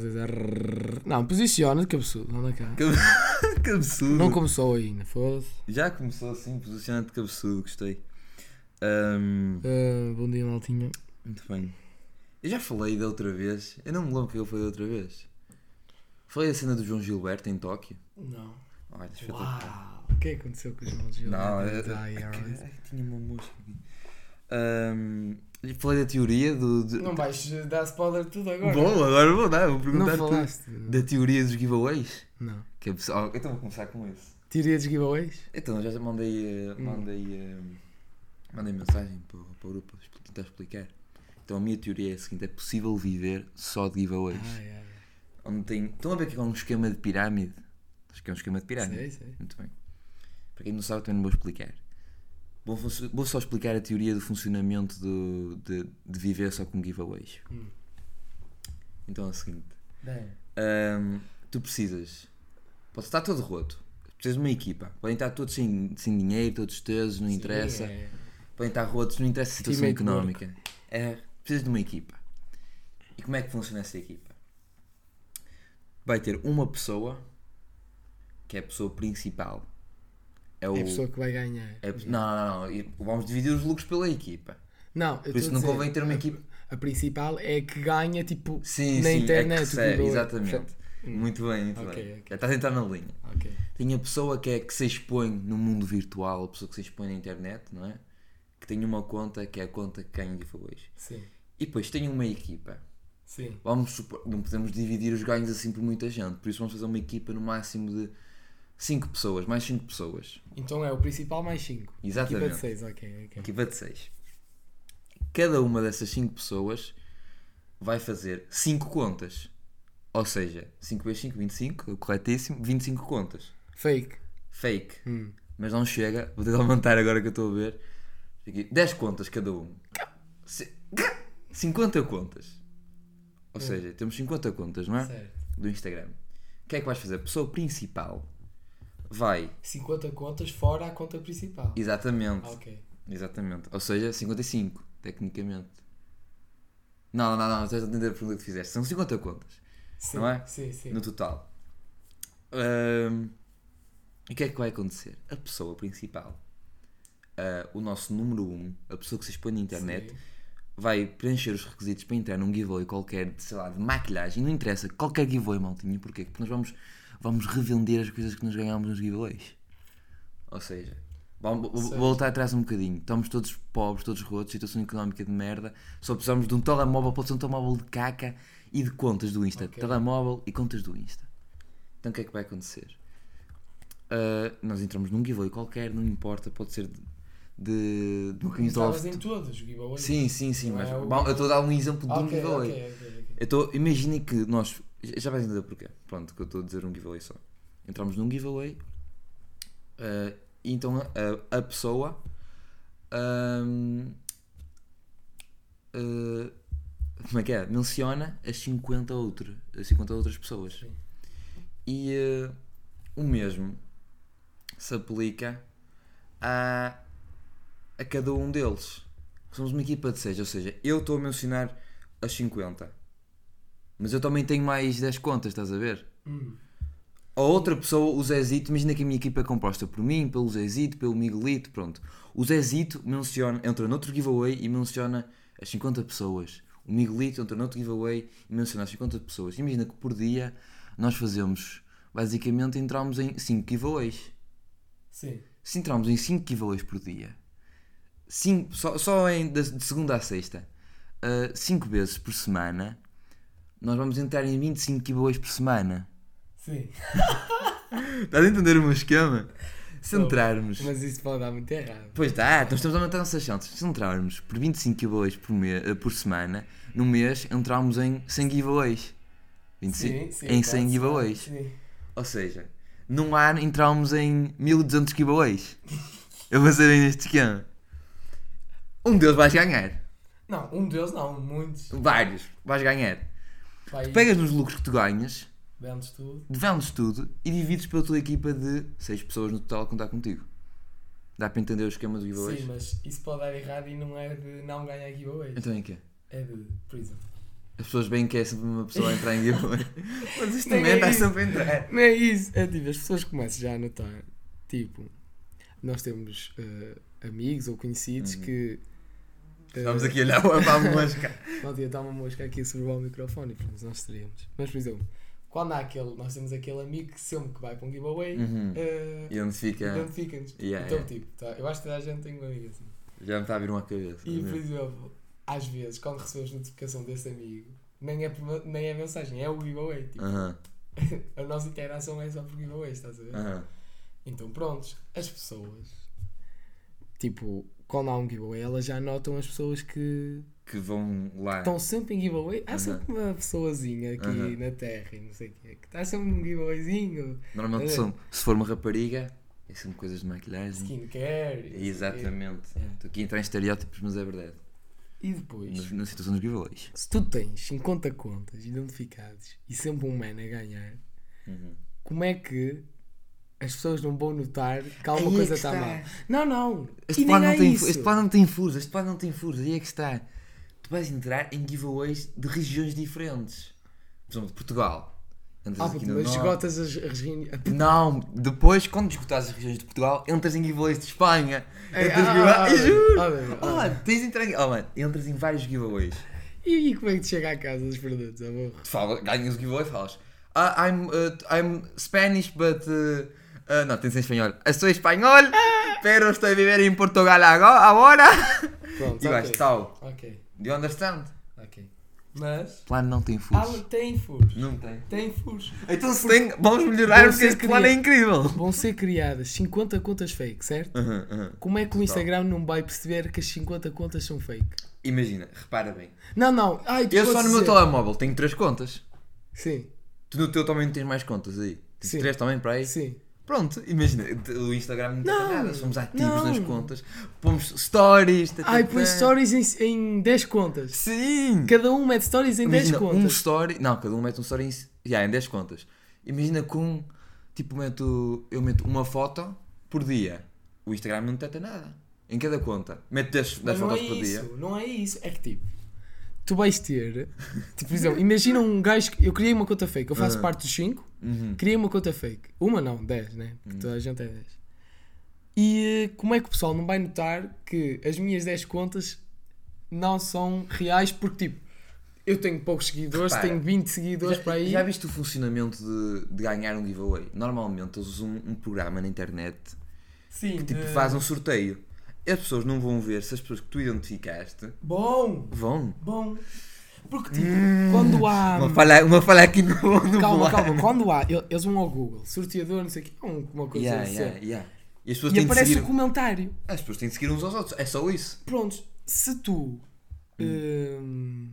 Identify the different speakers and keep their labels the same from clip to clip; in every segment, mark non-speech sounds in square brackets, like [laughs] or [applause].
Speaker 1: é Não, posiciona-te, cabeçudo, anda cá.
Speaker 2: Cabe- Cabeçudo.
Speaker 1: Não começou ainda, foda-se.
Speaker 2: Já começou assim, posicionando de cabeçudo, gostei. Ahm,
Speaker 1: Ah, bom dia, maltinha.
Speaker 2: muito bem. Eu já falei da outra vez. Eu não me lembro o que eu falei da outra vez. Falei da cena do João Gilberto em Tóquio.
Speaker 1: Não.
Speaker 2: Olha, espetacular.
Speaker 1: Uau, o que é que aconteceu com os meus
Speaker 2: Não, é,
Speaker 1: jogadores?
Speaker 2: [laughs]
Speaker 1: Ai,
Speaker 2: é,
Speaker 1: Aaron.
Speaker 2: caralho, tinha uma mosca aqui. Ahm, e falei da teoria do. do-
Speaker 1: Não vais dar spoiler tudo agora.
Speaker 2: Bom, agora vou dar, vou perguntar
Speaker 1: não
Speaker 2: tudo.
Speaker 1: falaste.
Speaker 2: Da teoria dos giveaways.
Speaker 1: Não.
Speaker 2: Que é pessoal. Então vou começar com isso.
Speaker 1: Teoria dos giveaways?
Speaker 2: Então, já mandei, eh,
Speaker 1: Hum.
Speaker 2: mandei, eh, mandei mensagem para, o- para o grupo expli- tentar explicar. Então, a minha teoria é a seguinte: é possível viver só de giveaways.
Speaker 1: Ai, ai.
Speaker 2: Onde tem, estão a ver que é um esquema de pirâmide? Acho que é um esquema de pirâmide.
Speaker 1: Sei, sei.
Speaker 2: Muito bem. Para quem não sabe, também não vou explicar. Vou, funci- vou só explicar a teoria do funcionamento do, de, de viver só com giveaways.
Speaker 1: Hum.
Speaker 2: Então é o seguinte:
Speaker 1: Bem.
Speaker 2: Ahm, tu precisas. Pode estar todo roto. Precisas de uma equipa. Podem estar todos sem, sem dinheiro, todos tesos, não interessa.
Speaker 1: Sim, é.
Speaker 2: Podem estar rotos, não interessa a situação
Speaker 1: Teammate
Speaker 2: económica. É, precisas de uma equipa. E como é que funciona essa equipa? Vai ter uma pessoa que é a pessoa principal. É o.
Speaker 1: É a pessoa que vai ganhar.
Speaker 2: é a pe- não, não, não. e Vamos dividir os lucros pela equipa.
Speaker 1: Não, eu
Speaker 2: Por isso
Speaker 1: estou a
Speaker 2: não
Speaker 1: dizer,
Speaker 2: convém ter uma
Speaker 1: a-
Speaker 2: equipa.
Speaker 1: A principal é que ganha, tipo,
Speaker 2: Sim,
Speaker 1: na
Speaker 2: sim,
Speaker 1: internet.
Speaker 2: é
Speaker 1: o
Speaker 2: que recebe,
Speaker 1: giveaway.
Speaker 2: exatamente. Muito bem, muito
Speaker 1: Ok,
Speaker 2: bem.
Speaker 1: ok.
Speaker 2: Já estás a entrar na linha.
Speaker 1: Ok.
Speaker 2: Tem a pessoa que é que se expõe no mundo virtual, a pessoa que se expõe na internet, não é? Que tem uma conta que é a conta que ganha giveaways.
Speaker 1: Sim.
Speaker 2: E depois tem uma equipa.
Speaker 1: Sim.
Speaker 2: Vamos supor, não podemos dividir os ganhos assim por muita gente, por isso vamos fazer uma equipa no máximo de 5 pessoas, mais 5 pessoas.
Speaker 1: Então é o principal mais 5.
Speaker 2: Exatamente.
Speaker 1: Equipa de 6, ok, ok.
Speaker 2: Equipa de 6. Cada uma dessas 5 pessoas vai fazer 5 contas. Ou seja, 5 vezes 5, 25, é corretíssimo, 25 contas.
Speaker 1: Fake.
Speaker 2: Fake.
Speaker 1: Hum.
Speaker 2: mas não chega. Vou tentar aumentar agora que eu estou a ver. Aqui, 10 contas cada um. Se- 50 contas. Ou seja, temos 50 contas, não é?
Speaker 1: Certo.
Speaker 2: Do Instagram. O que é que vais fazer? A pessoa principal vai.
Speaker 1: 50 contas fora a conta principal.
Speaker 2: Exatamente.
Speaker 1: Ah, ok.
Speaker 2: Exatamente. Ou seja, 55, tecnicamente. Não, não, não, não, estás a entender a pergunta que fizeste. São 50 contas
Speaker 1: Sim,
Speaker 2: Não é?
Speaker 1: Sim, sim.
Speaker 2: no total. Ahm, e o que é que vai acontecer? A pessoa principal, ah, o nosso número 1, um, a pessoa que se expõe na internet,
Speaker 1: Sim.
Speaker 2: vai preencher os requisitos para entrar num giveaway qualquer, de, sei lá, de maquilhagem, não interessa, qualquer giveaway, maltinha, porquê? Porque nós vamos, vamos revender as coisas que nós ganhámos nos giveaways. Ou seja, vamos, vou- vou voltar atrás um bocadinho, estamos todos pobres, todos rotos, situação económica de merda, só precisamos de um telemóvel, pode ser um telemóvel de caca e de contas do Insta,
Speaker 1: Ok.
Speaker 2: telemóvel e contas do Insta. Então o que é que vai acontecer? Ah, nós entramos num giveaway qualquer, não importa, pode ser de, de, de um camisola
Speaker 1: Estavas em todos os giveaways.
Speaker 2: Sim, sim, sim,
Speaker 1: Não
Speaker 2: mas
Speaker 1: é o-
Speaker 2: bom, eu estou a dar um exemplo de
Speaker 1: Ah,
Speaker 2: um
Speaker 1: ok,
Speaker 2: giveaway.
Speaker 1: ok, ok, ok.
Speaker 2: Eu estou, Então, imaginem que nós, já vais entender porquê, pronto, que eu estou a dizer um giveaway só. Entramos num giveaway, ah, e então a, a- a pessoa, ahm, ah, como é que é, menciona as 50, outro, as 50 outras pessoas.
Speaker 1: Sim.
Speaker 2: E ah, o mesmo se aplica a, a cada um deles. Somos uma equipa de 6, ou seja, eu estou a mencionar as 50. Mas eu também tenho mais 10 contas, estás a ver?
Speaker 1: Hum.
Speaker 2: A outra pessoa, o Zezito, imagina que a minha equipa é composta por mim, pelo Zezito, pelo Miguelito, pronto. O Zezito menciona, entra noutro giveaway e menciona as 50 pessoas. O Miguelito entra noutro giveaway e menciona as 50 pessoas. Imagina que por dia nós fazemos, basicamente entramos em 5 giveaways
Speaker 1: Sim.
Speaker 2: se entrarmos em 5 giveaways por dia, cinco, só, só em, de, de segunda a sexta, 5 vezes por semana, nós vamos entrar em 25 giveaways por semana.
Speaker 1: Sim.
Speaker 2: Estás a entender o meu esquema? Se
Speaker 1: Estou.
Speaker 2: entrarmos.
Speaker 1: Mas isso pode dar muito errado.
Speaker 2: Pois dá, nós estamos a aumentar nossas chances. Se entrarmos por 25 giveaways por, me, eh, por semana, no mês entramos em 100 giveaways. 25, em 100
Speaker 1: pode ser.
Speaker 2: giveaways.
Speaker 1: Sim.
Speaker 2: Ou seja, num ano entramos em 1200 giveaways. Eu vou fazer neste esquema. Um deles vais ganhar.
Speaker 1: Não, um deles não, muitos.
Speaker 2: Vários. Vais ganhar.
Speaker 1: Vai,
Speaker 2: Pegas nos lucros que tu ganhas,
Speaker 1: vendes tudo.
Speaker 2: vendes tudo e divides pela tua equipa de 6 pessoas no total a contar contigo. Dá para entender o esquema do giveaways?
Speaker 1: Sim, mas isso pode dar errado e não é de não ganhar giveaways.
Speaker 2: Então é que é?
Speaker 1: É de, por exemplo,
Speaker 2: As pessoas bem que é sempre uma pessoa
Speaker 1: [laughs]
Speaker 2: a entrar em giveaway. Mas isto
Speaker 1: Nem
Speaker 2: também
Speaker 1: é
Speaker 2: está
Speaker 1: isso.
Speaker 2: sempre a entrar.
Speaker 1: Não é isso. É tipo, as pessoas começam já a notar. Tipo, nós temos eh, amigos ou conhecidos que. eh,
Speaker 2: Uhum. Estamos aqui a olhar para
Speaker 1: [laughs]
Speaker 2: a mosca.
Speaker 1: Não tinha, está uma mosca aqui a sobrevoar o microfone e pronto, nós teríamos. Mas, por exemplo, quando há aquele. Nós temos aquele amigo que sempre que vai para um giveaway.
Speaker 2: Uhum.
Speaker 1: eh,
Speaker 2: Identifica.
Speaker 1: Identifica-nos.
Speaker 2: Yeah,
Speaker 1: então,
Speaker 2: yeah.
Speaker 1: tipo, tá, eu acho que toda a gente tem um amigo assim.
Speaker 2: Já me está a vir uma cabeça. Uhum.
Speaker 1: E, por exemplo, às vezes, quando recebemos notificação desse amigo, nem é, prima- nem é mensagem, é o giveaway. Tipo,
Speaker 2: Aham,
Speaker 1: a nossa interação é só por giveaways, estás a ver?
Speaker 2: aham.
Speaker 1: Então, prontos, as pessoas, tipo, quando há um giveaway, elas já notam as pessoas que
Speaker 2: Que vão lá.
Speaker 1: estão sempre em giveaway. Há
Speaker 2: Aham.
Speaker 1: sempre uma pessoazinha aqui
Speaker 2: Aham.
Speaker 1: na Terra e não sei o quê, que está sempre num giveawayzinho,
Speaker 2: Normalmente,
Speaker 1: É.
Speaker 2: são, se for uma rapariga, é sempre coisas de maquilhagem.
Speaker 1: skincare. e não sei o quê.
Speaker 2: Exatamente.
Speaker 1: É.
Speaker 2: Estou aqui a entrar em estereótipos, mas é verdade.
Speaker 1: E depois,
Speaker 2: Nos- Na situação dos giveaways.
Speaker 1: se tu tens 50 contas identificadas e sempre um man a ganhar,
Speaker 2: Uhum.
Speaker 1: como é que as pessoas não vão notar que alguma
Speaker 2: Aí é
Speaker 1: coisa
Speaker 2: que
Speaker 1: está
Speaker 2: está.
Speaker 1: mal? Não, não.
Speaker 2: Este
Speaker 1: e nem
Speaker 2: plano,
Speaker 1: é
Speaker 2: não tem,
Speaker 1: isso.
Speaker 2: este plano não tem furos, este plano não tem furos, aí é que está. Tu vais entrar em giveaways de regiões diferentes. Por exemplo, de Portugal. Entras
Speaker 1: Ah,
Speaker 2: aqui
Speaker 1: puto,
Speaker 2: no
Speaker 1: mas
Speaker 2: norte.
Speaker 1: esgotas as, as reuni-
Speaker 2: Não, depois, quando esgotares as regiões de Portugal, entras em giveaways de Espanha.
Speaker 1: Ei,
Speaker 2: entras em
Speaker 1: ah, ah,
Speaker 2: giveaways.
Speaker 1: ah,
Speaker 2: Juro!
Speaker 1: ah, bem,
Speaker 2: Oh,
Speaker 1: ah,
Speaker 2: mano, tens de entrar em. Oh, mano, entras em vários giveaways.
Speaker 1: E, e como é que te chega a casa os produtos? Ah, bom.
Speaker 2: Tu fala, ganhas o giveaway e falas. "Ah, I'm, uh, I'm Spanish, but. uh, uh, não, tens de ser espanhol. Eu sou espanhol,
Speaker 1: [laughs]
Speaker 2: pero estou a viver em Portugal ago- agora.
Speaker 1: [laughs] Pronto,
Speaker 2: E vais,
Speaker 1: ok.
Speaker 2: tal.
Speaker 1: Ok,
Speaker 2: Do you understand?
Speaker 1: ok. Mas.
Speaker 2: plano não tem furos.
Speaker 1: Ah, tem furos.
Speaker 2: Não tem.
Speaker 1: Tem furos.
Speaker 2: Então se tem, vamos melhorar
Speaker 1: Eu
Speaker 2: porque
Speaker 1: sei
Speaker 2: este
Speaker 1: que
Speaker 2: plano é
Speaker 1: queria.
Speaker 2: incrível.
Speaker 1: Vão ser criadas 50 contas fake,
Speaker 2: Ah.
Speaker 1: certo? Como é que o
Speaker 2: Tá.
Speaker 1: Instagram não vai perceber que as 50 contas são fake?
Speaker 2: Imagina, repara bem.
Speaker 1: Não, não. Ai, tu
Speaker 2: Eu só
Speaker 1: podes
Speaker 2: no meu
Speaker 1: dizer-
Speaker 2: telemóvel tenho três contas.
Speaker 1: Sim,
Speaker 2: Tu no teu também não tens mais contas aí. Tens
Speaker 1: Sim.
Speaker 2: três também para aí.
Speaker 1: sim.
Speaker 2: Pronto, imagina, o Instagram não,
Speaker 1: Não,
Speaker 2: tem nada. Somos ativos
Speaker 1: não.
Speaker 2: nas contas. Pomos stories. tá, tá,
Speaker 1: Ai,
Speaker 2: tá.
Speaker 1: põe stories em, em 10 contas.
Speaker 2: Sim!
Speaker 1: Cada um mete stories em 10
Speaker 2: Imagina, um
Speaker 1: contas.
Speaker 2: story. Não, cada um mete um story em, já, em 10 contas. Imagina com. Tipo, meto, eu meto uma foto por dia. O Instagram não detecta nada. Em cada conta. Meto 10,
Speaker 1: Mas
Speaker 2: 10
Speaker 1: não é
Speaker 2: fotos por
Speaker 1: isso,
Speaker 2: dia.
Speaker 1: não é isso. É que tipo, tu vais ter. Tipo, por exemplo, imagina um gajo. que- Eu criei uma conta fake, eu faço
Speaker 2: Uhum.
Speaker 1: parte dos 5,
Speaker 2: Uhum.
Speaker 1: criei uma conta fake. Uma não, 10, né? Porque toda a gente é 10. E eh, como é que o pessoal não vai notar que as minhas 10 contas não são reais? Porque tipo, eu tenho poucos seguidores,
Speaker 2: Repara,
Speaker 1: tenho 20 seguidores
Speaker 2: Já-
Speaker 1: para aí.
Speaker 2: Já viste o funcionamento de, de ganhar um giveaway? Normalmente eles usam um, um programa na internet
Speaker 1: Sim, eh,
Speaker 2: que tipo
Speaker 1: de-
Speaker 2: faz um sorteio. As pessoas não vão ver se as pessoas que tu identificaste
Speaker 1: Bom,
Speaker 2: vão.
Speaker 1: bom. Porque tipo, quando há.
Speaker 2: Hum. Uma falha, uma falha aqui no, no
Speaker 1: Ah, Calma,
Speaker 2: voar.
Speaker 1: calma, quando há, el- eles vão ao Google, sorteador, não sei o quê, um- uma coisa
Speaker 2: Yeah,
Speaker 1: assim.
Speaker 2: yeah, yeah. E as pessoas,
Speaker 1: E
Speaker 2: têm de
Speaker 1: aparece
Speaker 2: seguir,
Speaker 1: o comentário.
Speaker 2: as pessoas têm de seguir uns aos outros. É só isso.
Speaker 1: Prontos, se tu. hum,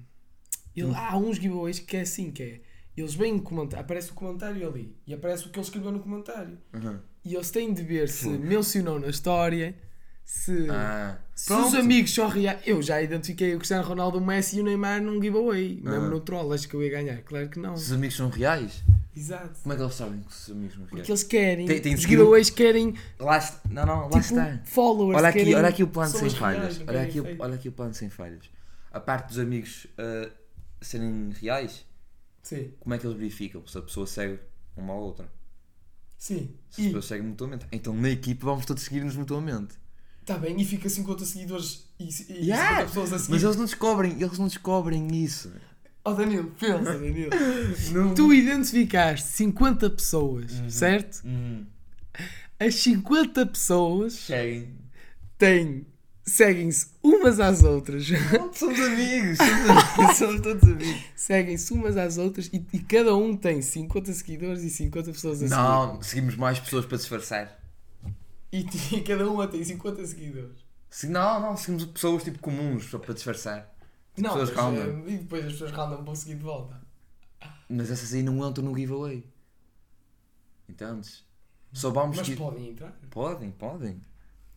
Speaker 1: ele- há uns giveaways que é assim: que é. Eles veem o comentário, aparece o comentário ali e aparece o que ele escreveu no comentário.
Speaker 2: Uhum.
Speaker 1: E eles têm de ver se mencionou na história, se.
Speaker 2: Ah,
Speaker 1: Se os
Speaker 2: pronto.
Speaker 1: amigos são reais. Eu já identifiquei o Cristiano Ronaldo, o Messi e o Neymar num giveaway.
Speaker 2: Ah.
Speaker 1: Mesmo no troll, acho que eu ia ganhar. Claro que não.
Speaker 2: Se os amigos são reais,
Speaker 1: Exato.
Speaker 2: como é que eles sabem que os amigos são reais?
Speaker 1: Porque eles querem.
Speaker 2: Tem- tem de
Speaker 1: os
Speaker 2: seguir o-
Speaker 1: giveaways querem
Speaker 2: Lá está. Não, não, lá
Speaker 1: tipo,
Speaker 2: está.
Speaker 1: followers. um-
Speaker 2: Olha aqui,
Speaker 1: querem
Speaker 2: olha aqui o plano sem
Speaker 1: pessoas reais,
Speaker 2: falhas.
Speaker 1: não
Speaker 2: Olha
Speaker 1: querem
Speaker 2: aqui, o-
Speaker 1: fake.
Speaker 2: olha aqui o plano sem falhas. A parte dos amigos ah, serem reais,
Speaker 1: Sim,
Speaker 2: como é que eles verificam se a pessoa segue uma ou outra?
Speaker 1: sim.
Speaker 2: Se as
Speaker 1: E,
Speaker 2: pessoas seguem mutuamente. Então na equipe vamos todos seguir-nos mutuamente.
Speaker 1: tá bem, e fica 50 seguidores e, e 50
Speaker 2: Yeah!
Speaker 1: pessoas a seguir.
Speaker 2: Mas eles não descobrem, eles não descobrem isso.
Speaker 1: Oh Danilo,
Speaker 2: [laughs]
Speaker 1: pensa Danilo.
Speaker 2: Não.
Speaker 1: tu identificaste 50 pessoas, certo?
Speaker 2: Hum,
Speaker 1: As 50 pessoas
Speaker 2: seguem.
Speaker 1: têm... Seguem-se umas às outras. [laughs]
Speaker 2: Somos amigos, somos amigos, [laughs] somos todos amigos.
Speaker 1: Seguem-se umas às outras e, e cada um tem 50 seguidores e 50 pessoas a
Speaker 2: Não, seguimos mais pessoas para disfarçar.
Speaker 1: seguir. E, t- e [laughs] cada uma tem 50 seguidores.
Speaker 2: Se- Não, não, seguimos pessoas tipo comuns só para disfarçar.
Speaker 1: Não,
Speaker 2: pessoas
Speaker 1: mas,
Speaker 2: random.
Speaker 1: eh, e depois as pessoas random vão seguir de volta.
Speaker 2: Mas essas aí não entram no giveaway. Entendes? Só vamos
Speaker 1: Mas
Speaker 2: que.
Speaker 1: podem entrar.
Speaker 2: Podem, podem.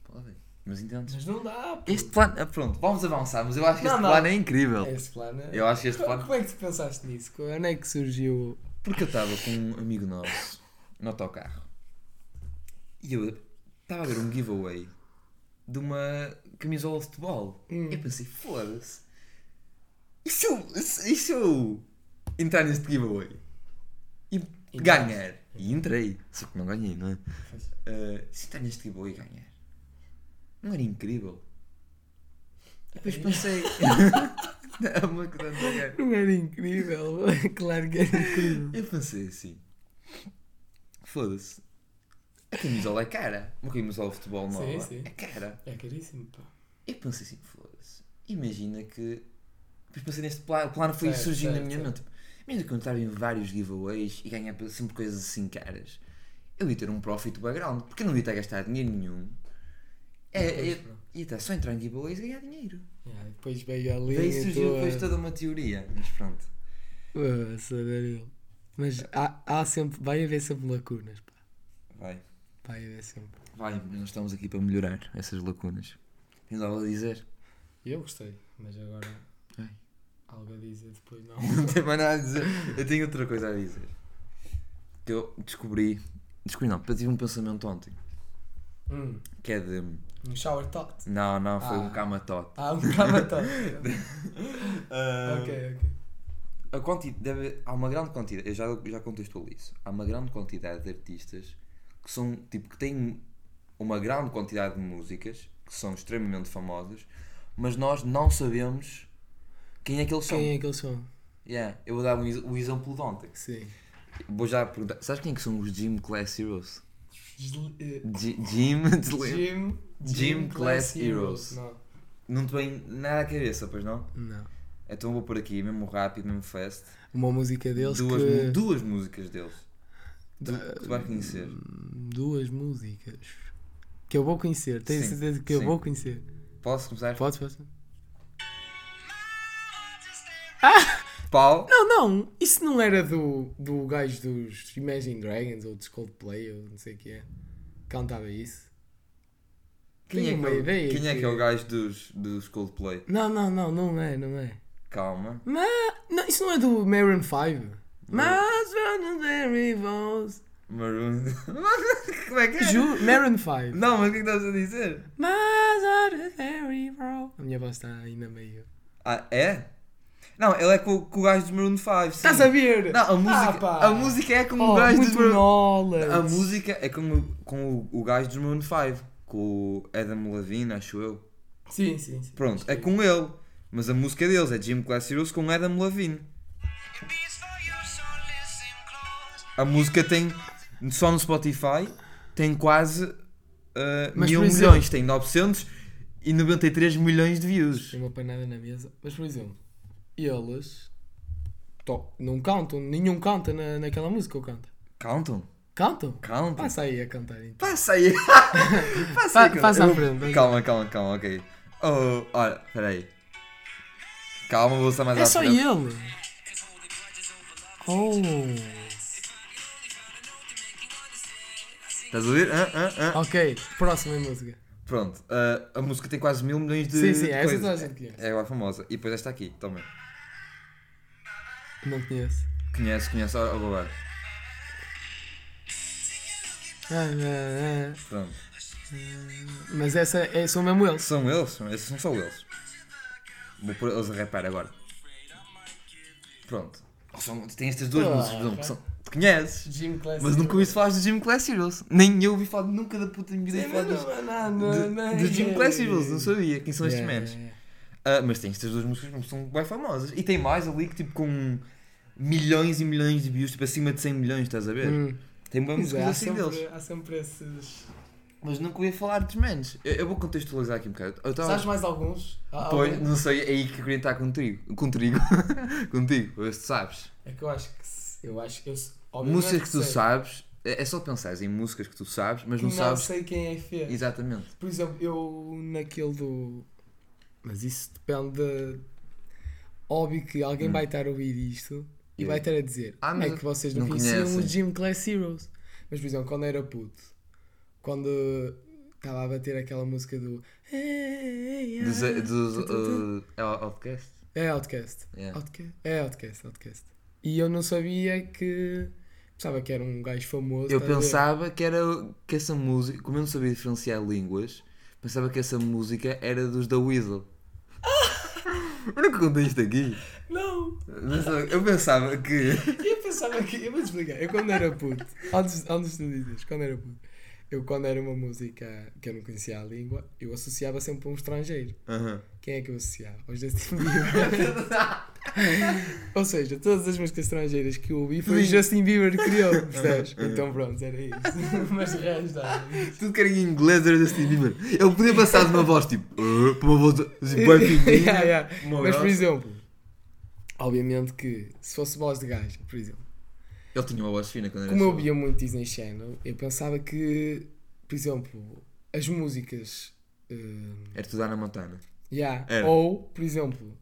Speaker 2: Podem. Mas entendes?
Speaker 1: Mas não dá. pô.
Speaker 2: Este plano. ah, Pronto, vamos avançar, mas eu acho que
Speaker 1: Não,
Speaker 2: este
Speaker 1: não.
Speaker 2: plano é incrível.
Speaker 1: Esse plano. é-
Speaker 2: Eu acho que este
Speaker 1: Co-
Speaker 2: plano.
Speaker 1: Como é que tu pensaste nisso? Co- Onde é que surgiu?
Speaker 2: Porque eu estava com um amigo nosso no autocarro e eu estava a ver um giveaway de uma camisola de futebol.
Speaker 1: Hum.
Speaker 2: Eu pensei, foda-se. E se eu, se- e se eu entrar neste giveaway? E ganhar? E entrei. Só que não ganhei, não é?
Speaker 1: Pois.
Speaker 2: Eh, se entrar neste giveaway e ganhar? Não era incrível? E depois pensei... [laughs] Não, uma coisa não ganhar.
Speaker 1: Não era incrível? [laughs] claro que era incrível.
Speaker 2: Eu pensei assim. Foda-se. A camisola é cara. Uma camisola de futebol nova
Speaker 1: Sim, sim.
Speaker 2: é cara.
Speaker 1: É caríssimo, pá.
Speaker 2: Eu pensei assim, foda-se. Imagina que. Depois pensei neste plano. O plano foi
Speaker 1: Certo,
Speaker 2: surgindo
Speaker 1: certo,
Speaker 2: na minha mente. Tipo, Imagina que eu entrava em vários giveaways e ganhar sempre coisas assim caras. Eu ia ter um profit background. Porque eu não ia estar a gastar dinheiro nenhum. É,
Speaker 1: Pois,
Speaker 2: é-
Speaker 1: pronto.
Speaker 2: ia estar só a entrar em giveaways e ganhar dinheiro.
Speaker 1: Yeah, depois veio a linha
Speaker 2: Daí surgiu
Speaker 1: toda.
Speaker 2: depois toda uma teoria. Mas pronto.
Speaker 1: Ah, saber eu. Mas há, há sempre, vai haver sempre lacunas, pá.
Speaker 2: Vai.
Speaker 1: Vai haver sempre.
Speaker 2: Vai, mas nós estamos aqui para melhorar essas lacunas. Tens algo a dizer? [laughs]
Speaker 1: Eu gostei, mas agora
Speaker 2: Ai.
Speaker 1: algo a dizer depois não.
Speaker 2: Não tenho mais nada a dizer. Eu tenho outra coisa a dizer. Que eu descobri. Descobri não, tive um pensamento ontem.
Speaker 1: Hum,
Speaker 2: Que é de.
Speaker 1: um shower thought.
Speaker 2: Não, não, foi
Speaker 1: Ah.
Speaker 2: um cama tot.
Speaker 1: [laughs] Ah, um cama thought. ok, ok.
Speaker 2: A quanti- deve- há uma grande quantidade, eu já, eu já contextualizo, há uma grande quantidade de artistas que são, tipo, que têm uma grande quantidade de músicas que são extremamente famosas, mas nós não sabemos quem é que eles são.
Speaker 1: Quem é que eles são?
Speaker 2: Yeah, eu vou dar um, ex- o exemplo de ontem.
Speaker 1: Sim.
Speaker 2: Vou já perguntar. Sabes quem é que são os Gym Class Heroes?
Speaker 1: Jim,
Speaker 2: G [laughs] Gym.
Speaker 1: Gym,
Speaker 2: Gym Class Heroes.
Speaker 1: Não.
Speaker 2: não te vem nada à cabeça, pois não?
Speaker 1: não.
Speaker 2: Então vou por aqui, mesmo rápido, mesmo fast.
Speaker 1: Uma música deles
Speaker 2: duas,
Speaker 1: que...
Speaker 2: mu- duas músicas deles. Du- que tu vais conhecer.
Speaker 1: Duas músicas. Que eu vou conhecer. Tenho
Speaker 2: Sim,
Speaker 1: certeza que eu
Speaker 2: sim.
Speaker 1: vou conhecer.
Speaker 2: Posso começar?
Speaker 1: Podes, podes?
Speaker 2: Pau.
Speaker 1: Não, não. Isso não era do, do gajo dos Imagine Dragons ou dos Coldplay ou não sei o que é. Cantava isso.
Speaker 2: Quem, é
Speaker 1: Tenho
Speaker 2: que,
Speaker 1: uma
Speaker 2: é o-
Speaker 1: ideia
Speaker 2: quem é que
Speaker 1: que-
Speaker 2: é o gajo dos, dos Coldplay?
Speaker 1: Não, não, não. Não é, não é.
Speaker 2: Calma.
Speaker 1: Mas... Não, isso não é do Maroon 5. Mas... Mas...
Speaker 2: Maroon. [laughs] Como é que é?
Speaker 1: Ju... Maroon 5.
Speaker 2: Não, mas o que é que estás a dizer?
Speaker 1: Mas are very wrong. A minha voz está ainda meio.
Speaker 2: Ah, é? Não, ele é com, com o gajo dos Maroon 5. sim.
Speaker 1: Estás a ver?
Speaker 2: Não, a
Speaker 1: Ah,
Speaker 2: música,
Speaker 1: pá.
Speaker 2: a música é com o
Speaker 1: Oh,
Speaker 2: gajo dos
Speaker 1: muito
Speaker 2: Maroon
Speaker 1: knowledge.
Speaker 2: A música é com, o- com o, o gajo dos Maroon 5, com o Adam Levine, acho eu.
Speaker 1: Sim, sim, sim.
Speaker 2: Pronto, é com ele. Mas a música deles é Jim Class Heroes com Adam Levine. A música tem, só no Spotify, tem quase ah,
Speaker 1: Mas,
Speaker 2: mil
Speaker 1: por exemplo-
Speaker 2: milhões. Tem 993 milhões de views.
Speaker 1: Tem uma panada na mesa. Mas, por exemplo, eles to- não cantam, nenhum canta na, naquela música ou canta.
Speaker 2: Countam,
Speaker 1: Cantam?
Speaker 2: countam.
Speaker 1: Passa aí a cantar então.
Speaker 2: Passa
Speaker 1: [laughs]
Speaker 2: aí. Passa
Speaker 1: Fa-
Speaker 2: aí.
Speaker 1: faz à
Speaker 2: Eu-
Speaker 1: frente.
Speaker 2: Calma, calma, calma, ok. Oh, olha, peraí. Calma, vou estar mais
Speaker 1: É
Speaker 2: à
Speaker 1: só
Speaker 2: frente.
Speaker 1: ele. Oh.
Speaker 2: Estás a ouvir? Hã? Hã? Hã?
Speaker 1: Ok, próxima música.
Speaker 2: Pronto, ah, a música tem quase mil milhões de.
Speaker 1: Sim, sim,
Speaker 2: de
Speaker 1: essa
Speaker 2: coisas.
Speaker 1: toda a gente conhece.
Speaker 2: É a famosa. E depois esta aqui também.
Speaker 1: Não conheço.
Speaker 2: Conhece, conhece, ó, ó, babá.
Speaker 1: Ah, ah, ah.
Speaker 2: Pronto.
Speaker 1: Mas essa é, são mesmo eles.
Speaker 2: São eles, são, esses são só eles. Vou pôr eles a rapar agora. Pronto. Oh, São, tem estas duas
Speaker 1: Ah,
Speaker 2: músicas, por exemplo, que
Speaker 1: ok.
Speaker 2: são. Tu conheces?
Speaker 1: Jim Class.
Speaker 2: Mas nunca ouvi falar do Jim Class Heroes. Nem eu ouvi falar nunca da puta minha
Speaker 1: É
Speaker 2: vida falar dos- de- dos Jim Class Heroes. Não sabia quem são estes memes. Ah, mas tem estas duas músicas que são bem famosas. E tem mais ali que tipo com milhões e milhões de views, tipo acima de 100 milhões, estás a ver? Tem boas músicas assim deles.
Speaker 1: Hum. é, há sempre esses.
Speaker 2: Mas nunca ouvi falar dos menos. Eu, eu vou contextualizar aqui um bocado. Eu tava-
Speaker 1: Sabes né? mais alguns? Há
Speaker 2: Pois,
Speaker 1: algum?
Speaker 2: não sei, é aí que eu queria estar contigo. Contigo. [laughs] contigo, ver se tu sabes.
Speaker 1: É que eu acho que. se- Eu acho que eu. se- obviamente
Speaker 2: músicas que tu
Speaker 1: sei.
Speaker 2: sabes, é, é só pensar em músicas que tu sabes, mas não,
Speaker 1: Que
Speaker 2: sabes.
Speaker 1: sei quem é que fez.
Speaker 2: Exatamente.
Speaker 1: Por exemplo, eu naquele do. Mas isso depende. De... Óbvio que alguém vai estar a ouvir isto e
Speaker 2: Eu.
Speaker 1: vai estar a dizer
Speaker 2: Hum. Ah, mas
Speaker 1: é que vocês não,
Speaker 2: não
Speaker 1: conheciam
Speaker 2: conhecem."
Speaker 1: o Jim Class Heroes. Mas por exemplo, quando era puto, quando estava a bater aquela música do.
Speaker 2: eh, Dos, dos
Speaker 1: Tu, tu, tu.
Speaker 2: uh, é o- Outcast?
Speaker 1: É Outcast.
Speaker 2: Yeah.
Speaker 1: Outcast. É Outcast, Outcast. E eu não sabia que. Pensava que era um gajo famoso.
Speaker 2: Eu
Speaker 1: estás a ver?
Speaker 2: pensava que era que essa música, como eu não
Speaker 1: [laughs]
Speaker 2: sabia diferenciar línguas, pensava que essa música era dos da Weasel. Eu nunca contei isto aqui.
Speaker 1: Não!
Speaker 2: Mas eu- Eu pensava que.
Speaker 1: Eu pensava que. Eu vou te explicar. Eu quando era puto. Antes, antes de tu dizes, quando era puto. Eu quando era uma música que eu não conhecia a língua, eu associava sempre a um estrangeiro.
Speaker 2: Aham.
Speaker 1: Quem é que eu associava? Ao [laughs] Justin Bieber. Ou seja, todas as músicas estrangeiras que eu ouvi foi o
Speaker 2: Sim.
Speaker 1: Justin Bieber que [laughs] criou, percebes? Então pronto, era isso. Mas de resto, não.
Speaker 2: Tudo que era em inglês era Justin Bieber. Ele podia passar de uma voz tipo. "Ah", para uma voz assim,
Speaker 1: [laughs]
Speaker 2: bem
Speaker 1: Yeah,
Speaker 2: fininha.
Speaker 1: yeah.
Speaker 2: uma
Speaker 1: Mas por
Speaker 2: grossa.
Speaker 1: exemplo, obviamente que se fosse voz de gajo, por exemplo.
Speaker 2: Ele tinha uma voz fina quando era
Speaker 1: Como eu
Speaker 2: jovem.
Speaker 1: via muito Disney Channel, eu pensava que, por exemplo, as músicas. hum,
Speaker 2: Era tudo Ana Montana.
Speaker 1: yeah,
Speaker 2: Era.
Speaker 1: ou, por exemplo,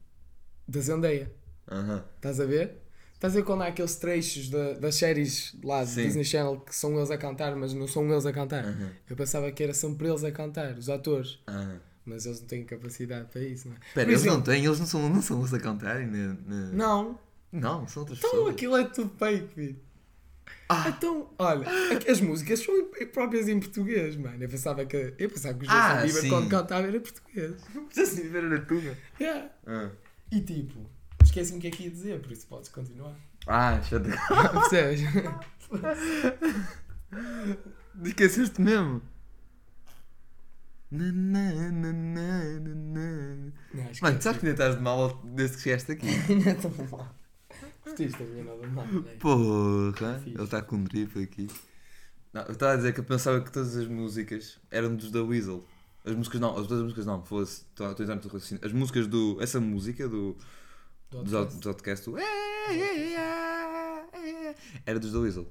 Speaker 1: da Zendaya.
Speaker 2: Aham.
Speaker 1: Estás a ver? Estás a ver quando há aqueles trechos da- das séries lá do
Speaker 2: Sim.
Speaker 1: Disney Channel que são eles a cantar, mas não são eles a cantar?
Speaker 2: Aham.
Speaker 1: Eu pensava que era sempre eles a cantar, os atores,
Speaker 2: Aham.
Speaker 1: mas eles não têm capacidade para isso, não é?
Speaker 2: Espera,
Speaker 1: Por
Speaker 2: eles
Speaker 1: exemplo-
Speaker 2: não têm, eles não são, não são os a cantarem. né? né?
Speaker 1: Não,
Speaker 2: Não, são outras
Speaker 1: então
Speaker 2: pessoas.
Speaker 1: aquilo é tudo fake, filho.
Speaker 2: Ah.
Speaker 1: Então, olha, aqu- as músicas são em- próprias em português, mano. Eu pensava que, eu pensava que o Justin
Speaker 2: Ah,
Speaker 1: Bieber
Speaker 2: sim.
Speaker 1: quando cantava era português.
Speaker 2: Justin Bieber era tuga.
Speaker 1: Yeah.
Speaker 2: Ah,
Speaker 1: E tipo, esqueci-me o que é que ia dizer, por isso podes [laughs] continuar.
Speaker 2: ah já te...
Speaker 1: Percebes?
Speaker 2: Esqueceste mesmo? Na, na, na, na, na, na.
Speaker 1: Não, esquece.
Speaker 2: Mano, tu
Speaker 1: [laughs]
Speaker 2: sabes que ainda estás de mal desde que chegaste aqui?
Speaker 1: Não estou mal. Curtiste a minha nova mão, não é?
Speaker 2: [laughs] Porra!
Speaker 1: Fixe.
Speaker 2: Ele está com um drip aqui. Não, eu estava a dizer que eu pensava que todas as músicas eram dos da Weasel. As músicas não, as- todas as músicas não, fosse. Estou a entrar no teu raciocínio. As músicas do. Essa música do.
Speaker 1: Do
Speaker 2: Dos
Speaker 1: outro-
Speaker 2: out- dos outcasts. do- ah, Era dos da Weasel.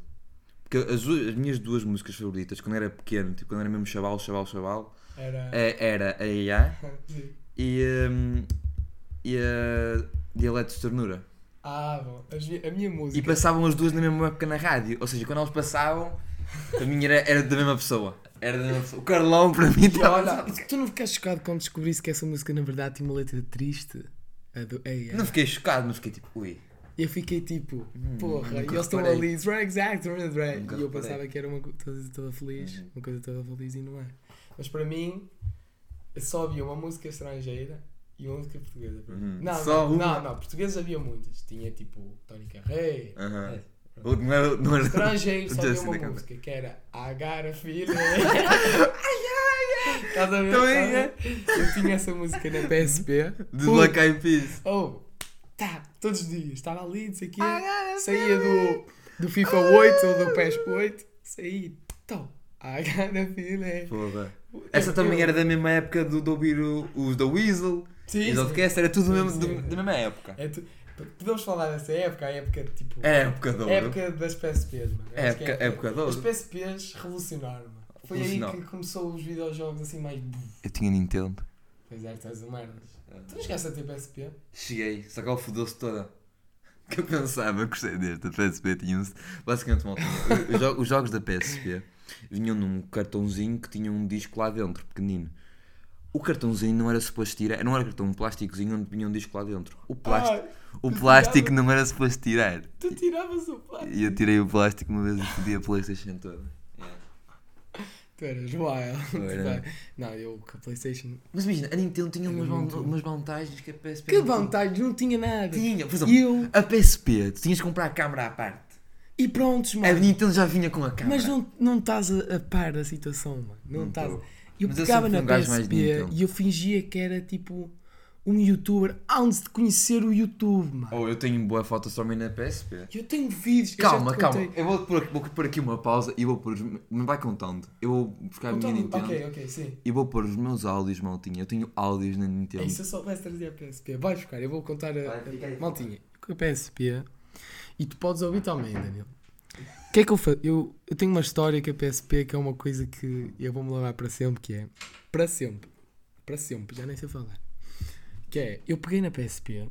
Speaker 2: Porque as, du- as minhas duas músicas favoritas, quando era pequeno, tipo, quando era mesmo chaval, chaval, chaval,
Speaker 1: Era.
Speaker 2: é- era a IA
Speaker 1: Sim.
Speaker 2: e, hum, e a Dialetos de Ternura.
Speaker 1: Ah, bom. As mi- A minha música.
Speaker 2: E passavam as duas na mesma época na rádio. Ou seja, quando elas passavam, para mim era, era da mesma pessoa. Era da mesma pessoa. O Carlão para mim
Speaker 1: E
Speaker 2: estava.
Speaker 1: olha, tu não ficaste chocado quando descobriste que essa música na verdade tinha uma letra triste? A do Ei,
Speaker 2: Não fiquei chocado, mas fiquei tipo, ui.
Speaker 1: Eu fiquei tipo, porra, e
Speaker 2: Hum, nunca
Speaker 1: eles estão
Speaker 2: reparei.
Speaker 1: ali, drag, drag, drag, drag.
Speaker 2: Nunca
Speaker 1: E eu
Speaker 2: reparei. Uhum.
Speaker 1: pensava que era uma coisa toda feliz, uma coisa toda feliz e não é. Mas para mim, eu só havia uma música estrangeira e uma música portuguesa.
Speaker 2: Uhum.
Speaker 1: Não,
Speaker 2: Só
Speaker 1: não,
Speaker 2: uma?
Speaker 1: não, não, portuguesas havia muitas. Tinha tipo Tony Carreira.
Speaker 2: Aham.
Speaker 1: É.
Speaker 2: Ou Não era. Não era... [laughs] assim
Speaker 1: Estrangeiro só
Speaker 2: Justin
Speaker 1: havia uma
Speaker 2: Timberlake.
Speaker 1: música que era Agora [laughs]
Speaker 2: [laughs]
Speaker 1: Filho. Estás a ver?
Speaker 2: Também né?
Speaker 1: Estás a ver? Eu tinha essa música na PSP.
Speaker 2: De
Speaker 1: Puto,
Speaker 2: Black Eyed Peas.
Speaker 1: Oh, tá, todos os dias. Estava ali, Ah, não Ah. sei o quê. Saía do, do FIFA 8 ou do PES 8. Saía. Então, [laughs] I got a feeling.
Speaker 2: Porra.
Speaker 1: É
Speaker 2: Essa também era da mesma época do, de ouvir o- os da Weasel
Speaker 1: Sim,
Speaker 2: e do
Speaker 1: sim.
Speaker 2: Outcast, era tudo do
Speaker 1: Sim,
Speaker 2: mesmo, do-
Speaker 1: sim.
Speaker 2: da mesma época.
Speaker 1: É tu- Podemos falar dessa época, a época tipo.
Speaker 2: Era a É, época de ouro.
Speaker 1: época das PSPs, mano.
Speaker 2: É
Speaker 1: Acho que
Speaker 2: época, época de
Speaker 1: As
Speaker 2: ouro.
Speaker 1: PSPs revolucionaram, mano. Foi aí
Speaker 2: Revolucionaram.
Speaker 1: que começou os videojogos assim mais. buf.
Speaker 2: Eu tinha Nintendo.
Speaker 1: Pois é, estás a merdas.
Speaker 2: Ah.
Speaker 1: Tu não chegaste a ter PSP?
Speaker 2: Cheguei, só que ela fodeu-se toda. [laughs] Que eu pensava, gostei deste, a PSP tinha um... Basicamente, malta, os, jo- os jogos da PSP vinham num cartãozinho que tinha um disco lá dentro, pequenino. O cartãozinho não era suposto tirar, não era cartão, um plásticozinho onde vinha um disco lá dentro. O plástico,
Speaker 1: Ah,
Speaker 2: o
Speaker 1: tu
Speaker 2: plástico não era suposto tirar.
Speaker 1: tu tiravas o plástico.
Speaker 2: E eu tirei o plástico uma vez e fodi a Playstation toda. É.
Speaker 1: Tu eras wild.
Speaker 2: Eu era.
Speaker 1: Não, eu com a PlayStation.
Speaker 2: Mas imagina, a Nintendo tinha
Speaker 1: Era
Speaker 2: umas, van-
Speaker 1: muito bom.
Speaker 2: umas vantagens que a PSP
Speaker 1: Que
Speaker 2: não tinha.
Speaker 1: vantagens, não tinha nada.
Speaker 2: Tinha, por exemplo,
Speaker 1: E eu.
Speaker 2: a PSP, tu tinhas que comprar a câmara à parte.
Speaker 1: E prontos,
Speaker 2: A
Speaker 1: mano.
Speaker 2: Nintendo É já vinha com a câmara.
Speaker 1: Mas não, não estás a, a par da situação, mano. Não
Speaker 2: Não
Speaker 1: estás.
Speaker 2: tô.
Speaker 1: Eu
Speaker 2: Mas eu
Speaker 1: pegava
Speaker 2: sempre
Speaker 1: na
Speaker 2: fui um gajo mais
Speaker 1: PSP
Speaker 2: Nintendo.
Speaker 1: e eu fingia que era tipo um youtuber antes de conhecer o YouTube, mano.
Speaker 2: Oh, eu tenho boa foto só minha na PSP.
Speaker 1: Eu tenho vídeos. eu já
Speaker 2: Calma,
Speaker 1: te
Speaker 2: calma.
Speaker 1: contei.
Speaker 2: Eu vou pôr, vou pôr aqui uma pausa e vou pôr. os me- Não vai contando. Eu vou buscar a minha
Speaker 1: Contando-
Speaker 2: Nintendo
Speaker 1: Então, Ok, ok, sim.
Speaker 2: e vou pôr os meus áudios, maltinha. Eu tenho áudios na Nintendo.
Speaker 1: É isso, eu soubesse trazer a PSP. Vai buscar, eu vou contar a,
Speaker 2: Vai, fica aí.
Speaker 1: a maltinha. Com a PSP. é. E tu podes ouvir também, Daniel. O que é que eu faço? Eu, eu tenho uma história com a PSP que é uma coisa que eu vou-me levar para sempre, que é... Para sempre. Para sempre, já nem sei falar. Que é, eu peguei na PSP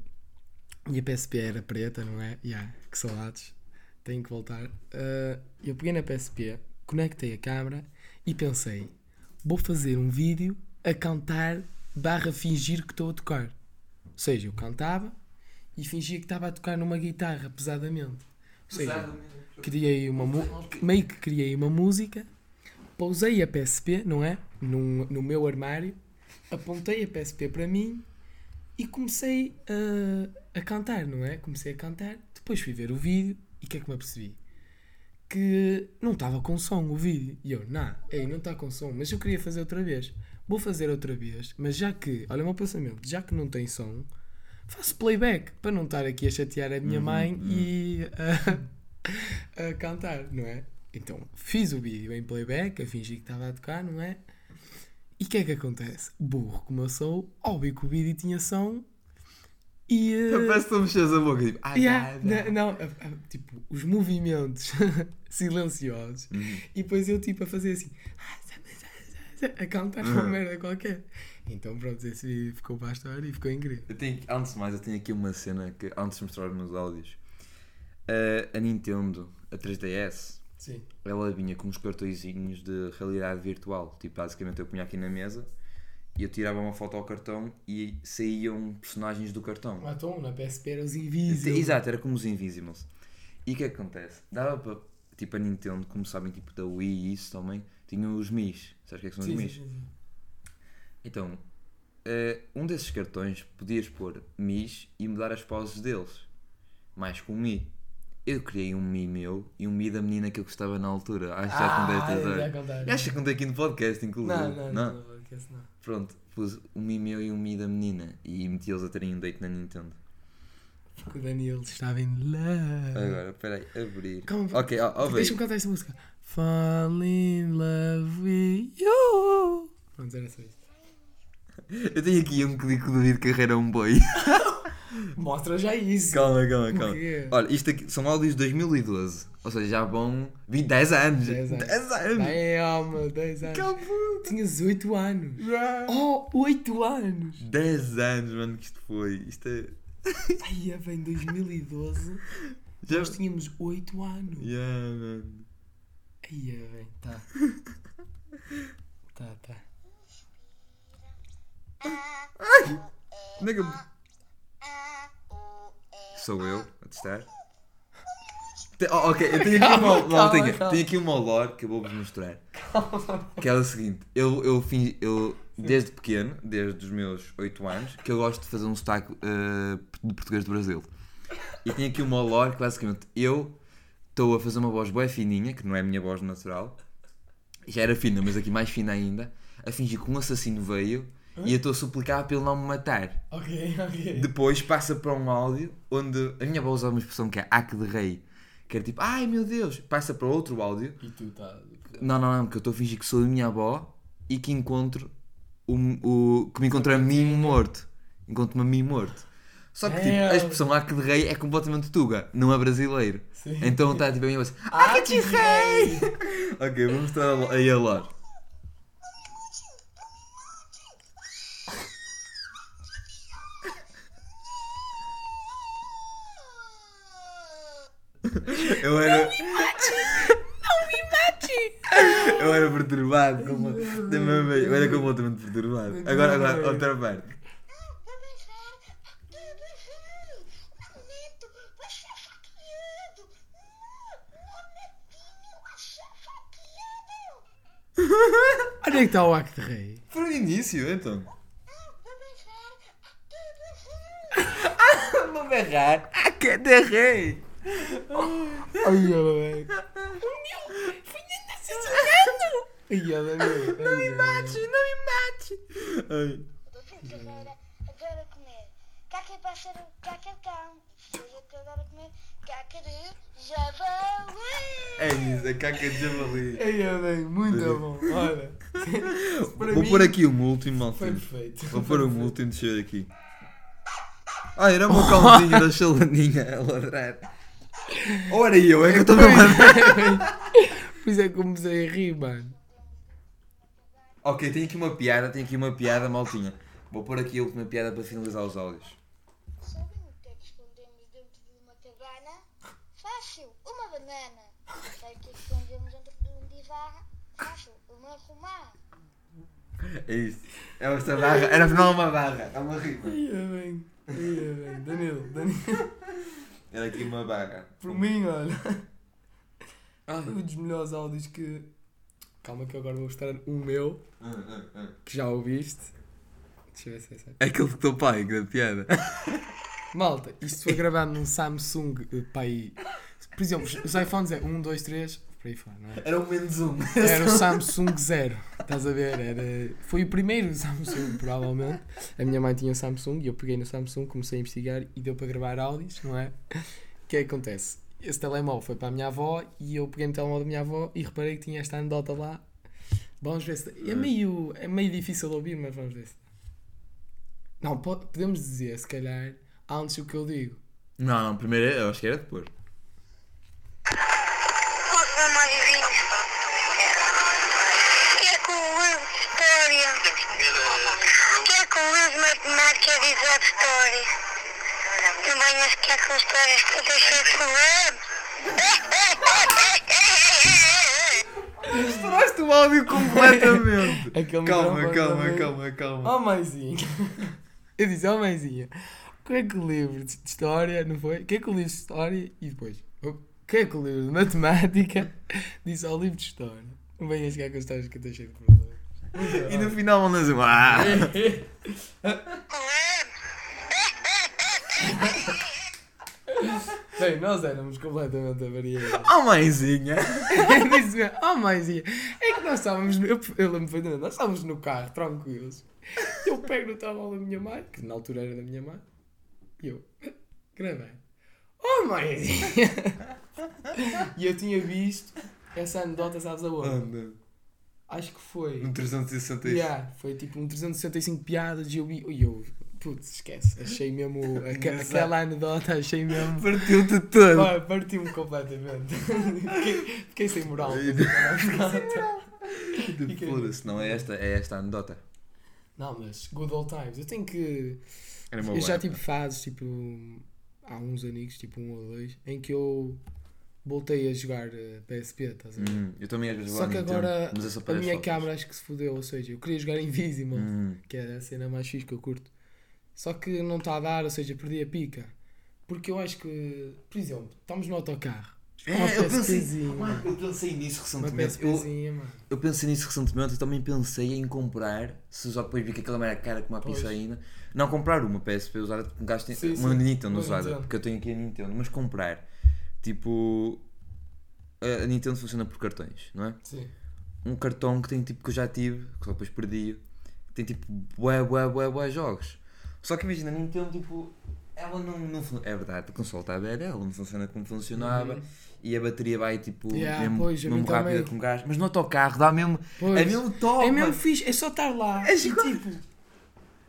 Speaker 1: e a PSP era preta, não é? Yeah, que saudades. Tenho que voltar. Ah, eu peguei na PSP, conectei a câmera e pensei: vou fazer um vídeo a cantar barra fingir que estou a tocar. Ou seja, eu cantava e fingia que estava a tocar numa guitarra pesadamente. Ou seja, criei uma mu- meio que criei uma música, pousei a PSP, não é? Num, no meu armário, apontei a PSP para mim E comecei a, a cantar, não é? Comecei a cantar, depois fui ver o vídeo e o que é que me apercebi? Que não estava com som o vídeo. E eu, nah, ei, não está com som, mas eu queria fazer outra vez. Vou fazer outra vez, mas já que, olha o meu pensamento, já que não tem som, faço playback para não estar aqui a chatear a minha mãe e a, [laughs] a cantar, não é? Então fiz o vídeo em playback, a fingir que estava a tocar, não é? E o que é que acontece? Burro como eu sou, óbvio que o vídeo tinha som e. eh,
Speaker 2: Eu parece que tu mexes a boca, tipo, ah,
Speaker 1: yeah,
Speaker 2: nada.
Speaker 1: na- não, a- a- tipo, os movimentos [laughs] silenciosos
Speaker 2: Uhum.
Speaker 1: e depois eu tipo a fazer assim a cantar
Speaker 2: Uhum.
Speaker 1: uma merda qualquer. Então pronto, esse vídeo ficou para a história e ficou incrível.
Speaker 2: Eu tenho, antes de mais, eu tenho aqui uma cena que, antes de mostrar os meus áudios, Eh, a- a Nintendo, a 3DS,
Speaker 1: Sim.
Speaker 2: ela vinha com uns cartõezinhos de realidade virtual. Tipo, basicamente eu punha aqui na mesa e eu tirava uma foto ao cartão e saíam personagens do cartão.
Speaker 1: Matou na PSP era os
Speaker 2: Sim,
Speaker 1: invisíveis.
Speaker 2: Exato, era como os Invisibles. E o que é que acontece? Dava para, tipo, a Nintendo, como sabem, tipo, da Wii e isso também, tinha os Mis. Sabes o que é que são
Speaker 1: Sim,
Speaker 2: os
Speaker 1: sim,
Speaker 2: Mis?
Speaker 1: sim, sim.
Speaker 2: Então, eh, um desses cartões podias pôr Mis e mudar as poses deles. Mais com um Mi. Eu criei um Mi meu e um Mi da menina que eu gostava na altura. Acho que já contei esta
Speaker 1: Ah,
Speaker 2: história.
Speaker 1: já contaste.
Speaker 2: Acho que contei aqui no podcast, inclusive.
Speaker 1: Não, não, não, não, podcast não.
Speaker 2: Pronto, pus um Mi meu e um Mi da menina e meti eles a terem um date na Nintendo.
Speaker 1: Porque o Daniel estava em love.
Speaker 2: Agora, peraí, abrir.
Speaker 1: Uhum. Calma,
Speaker 2: ok, ó, ó, veio.
Speaker 1: Deixa-me cantar esta música. Fall in love with you. Pronto, era só isto.
Speaker 2: Eu tenho aqui um que digo que o David Carreira é um boi. [laughs]
Speaker 1: Mostra já isso.
Speaker 2: calma, calma,
Speaker 1: Por
Speaker 2: calma.
Speaker 1: quê?
Speaker 2: Olha, isto aqui são áudios de 2012. Ou seja, já vão 20, 10 anos.
Speaker 1: 10 anos.
Speaker 2: 10 anos.
Speaker 1: Bem, alma, 10 anos.
Speaker 2: Calma.
Speaker 1: Tinhas 8 anos. Oh, 8 anos.
Speaker 2: 10 anos, mano, que isto foi. Isto é.
Speaker 1: Ai, é bem, 2012.
Speaker 2: Já.
Speaker 1: Nós tínhamos 8 anos.
Speaker 2: Yeah, mano.
Speaker 1: Ai, é bem, tá. Tá, tá.
Speaker 2: Onde é que eu. Sou eu, a testar. Te- oh, ok, eu tenho aqui
Speaker 1: Calma,
Speaker 2: uma.
Speaker 1: calma,
Speaker 2: maltinha,
Speaker 1: calma.
Speaker 2: Tenho aqui uma lore que eu vou-vos mostrar. Que é o seguinte: eu, eu, fin- eu desde pequeno, desde os meus 8 anos, que eu gosto de fazer um sotaque eh, de português do Brasil. E tenho aqui uma lore que basicamente eu estou a fazer uma voz bem fininha, que não é a minha voz natural, já era fina, mas aqui mais fina ainda, a fingir que um assassino veio e eu estou a suplicar para ele não me matar.
Speaker 1: Ok, ok.
Speaker 2: Depois passa para um áudio onde a minha voz usa uma expressão que é aque de rei, que era tipo, ai meu Deus, passa para outro áudio
Speaker 1: E tu tá.
Speaker 2: não, não, não, que eu estou a fingir que sou a minha avó e que encontro o, o- que me encontro a mim morto. Encontro-me a mim morto. Só que tipo,
Speaker 1: Damn.
Speaker 2: a expressão "Ah, que de rei é completamente tuga, não é brasileiro.
Speaker 1: Sim.
Speaker 2: Então está tipo a minha voz. "Ah, que de rei! [laughs] ok, vou mostrar a lo- aí a lore. Eu era. Eu era perturbado. Como... Também bem, Eu era completamente perturbado. Agora, agora, outra parte.
Speaker 1: Onde é que está o Acre de Rei?
Speaker 2: Foi o início, então. Vou berrar. Ah, que derrei!
Speaker 1: Ai, ó, bem. Ai, ó, bem. Não me mates.
Speaker 2: não me mate! Ai.
Speaker 3: Carreira adora comer caca pássaro, caca cão. Seja que adora comer caca de javali.
Speaker 2: É isso, a caca de javali.
Speaker 1: Ai, ó, bem. Muito bom. Olha. Para
Speaker 2: Vou
Speaker 1: mim,
Speaker 2: pôr aqui um último,
Speaker 1: Foi
Speaker 2: maltinho.
Speaker 1: perfeito.
Speaker 2: Vou pôr um último descer aqui. Ah, era o meu
Speaker 1: [laughs]
Speaker 2: cãozinho da chalaninha a ladrar. Ou era eu, é que eu estou a ladrar.
Speaker 1: Pois é que comecei a rir, mano.
Speaker 2: Ok, tenho aqui uma piada, tenho aqui uma piada, maltinha. Vou pôr aqui a última piada para finalizar os áudios.
Speaker 3: Sabem o que é que escondemos dentro de uma cabana? Fácil, uma banana. Sabem o que é que escondemos dentro de um divã? Fácil, uma romã.
Speaker 2: É isso. É esta barra. Era afinal uma barra. É uma rima.
Speaker 1: Ai, ó, bem. Ai, ó, bem. Danilo, Danilo.
Speaker 2: Era aqui uma barra.
Speaker 1: Por mim, olha.
Speaker 2: Ah,
Speaker 1: Um dos melhores áudios que. Calma, que eu agora vou mostrar o meu,
Speaker 2: ah, ah, ah.
Speaker 1: que já ouviste. Deixa eu ver se é certo.
Speaker 2: Aquele do teu pai, que da piada.
Speaker 1: Malta, isto foi gravado num Samsung eh, para aí. Por exemplo, os- os iPhones é 1, 2, 3, por aí fora, não é?
Speaker 2: Era um menos um.
Speaker 1: Era o Samsung Zero, estás a ver? Era... Foi o primeiro [laughs] Samsung, provavelmente. A minha mãe tinha um Samsung e eu peguei no Samsung, comecei a investigar e deu para gravar áudios, não é? O que é que acontece? Esse telemóvel foi para a minha avó e eu peguei no telemóvel da minha avó e reparei que tinha esta anedota lá. Vamos ver se. É meio, é meio difícil de ouvir, mas vamos ver se. Não, po- podemos dizer, se calhar, antes o que eu digo.
Speaker 2: Não, não, primeiro era- eu acho que era depois.
Speaker 3: Conta uma mãezinha. Que é com o livro de história. Que é com o livro de matemática e de história. Também acho que é com histórias que eu deixei de [laughs] ler.
Speaker 2: Estouraste o áudio completamente. [laughs]
Speaker 1: Aquele
Speaker 2: calma,
Speaker 1: microfone
Speaker 2: calma,
Speaker 1: também.
Speaker 2: calma, calma.
Speaker 1: Oh mãezinha. [laughs] Eu disse, oh mãezinha. O que é que o livro de história, não foi? O que é que o livro de história e depois? O que é que o livro de matemática [laughs] disse ao livro de história? Não venhas cá com as histórias que eu deixei de perder.
Speaker 2: E no final mandas um. Ah!
Speaker 1: [laughs] Bem, nós éramos completamente avariados.
Speaker 2: Oh, mãezinha!
Speaker 1: Eu [laughs] disse, mesmo, oh mãezinha, é que nós estávamos, no, eu, eu lembro perfeitamente, nós estávamos no carro, tranquilos. Eu pego no telemóvel da minha mãe, que na altura era da minha mãe, e eu, gravei. Oh mãezinha! [laughs] E eu tinha visto essa anedota, sabes aonde?
Speaker 2: Anda,
Speaker 1: Acho que foi.
Speaker 2: no 360
Speaker 1: Yeah, foi tipo um 365 piadas e eu vi. E eu, putz, esquece, achei mesmo aque-
Speaker 2: Engraçado.
Speaker 1: aquela anedota, achei
Speaker 2: [laughs]
Speaker 1: mesmo.
Speaker 2: Partiu-te todo.
Speaker 1: Pá, Partiu-me completamente. [laughs] Fiquei, fiquei sem moral.
Speaker 2: [laughs]
Speaker 1: Fiquei sem moral. Fiquei-
Speaker 2: Foda-se, não é esta, é esta anedota.
Speaker 1: Não, mas good old times. Eu tenho que.
Speaker 2: Era
Speaker 1: Eu já tive fases, tipo, há uns amigos, tipo um ou dois, em que eu voltei a jogar eh, PSP, estás a ver?
Speaker 2: Hum, eu também às vezes vou
Speaker 1: Só
Speaker 2: ao
Speaker 1: que
Speaker 2: Nintendo,
Speaker 1: agora
Speaker 2: mas é só para
Speaker 1: A
Speaker 2: as
Speaker 1: minha
Speaker 2: fotos.
Speaker 1: câmera acho que se fodeu, ou seja, eu queria jogar Invisible,
Speaker 2: Hum,
Speaker 1: que era a cena mais fixe que eu curto. Só que não está a dar, ou seja, perdi a pica. Porque eu acho que, por exemplo, estamos no autocarro. Uma
Speaker 2: É, eu pensei,
Speaker 1: PSPzinha,
Speaker 2: Mano, eu pensei nisso
Speaker 1: Uma
Speaker 2: recentemente. Eu,
Speaker 1: PSPzinha, mano.
Speaker 2: eu pensei nisso recentemente. Eu também pensei em comprar. Se já depois vi que aquela era cara como a
Speaker 1: Pois.
Speaker 2: pizza ainda. Não comprar uma PSP usada, porque um gajo tem.
Speaker 1: Sim,
Speaker 2: uma
Speaker 1: sim,
Speaker 2: Nintendo
Speaker 1: uma
Speaker 2: usada,
Speaker 1: Nintendo.
Speaker 2: porque eu tenho aqui a Nintendo. Mas comprar. Tipo. A a Nintendo funciona por cartões, não é?
Speaker 1: Sim.
Speaker 2: um cartão que tem tipo que eu já tive, que só depois perdi, que tem tipo bué, bué, bué, bué jogos. Só que imagina, a Nintendo tipo, ela não, não fun- é verdade, a console está velha, ela não funciona como funcionava e a bateria vai tipo
Speaker 1: Uhum. Yeah,
Speaker 2: mesmo,
Speaker 1: pois, a
Speaker 2: mesmo
Speaker 1: mim
Speaker 2: rápida
Speaker 1: também.
Speaker 2: como gás, mas no autocarro dá mesmo,
Speaker 1: Pois.
Speaker 2: é mesmo top,
Speaker 1: é mesmo
Speaker 2: mano.
Speaker 1: fixe, é só estar lá.
Speaker 2: É
Speaker 1: e,
Speaker 2: igual-
Speaker 1: tipo,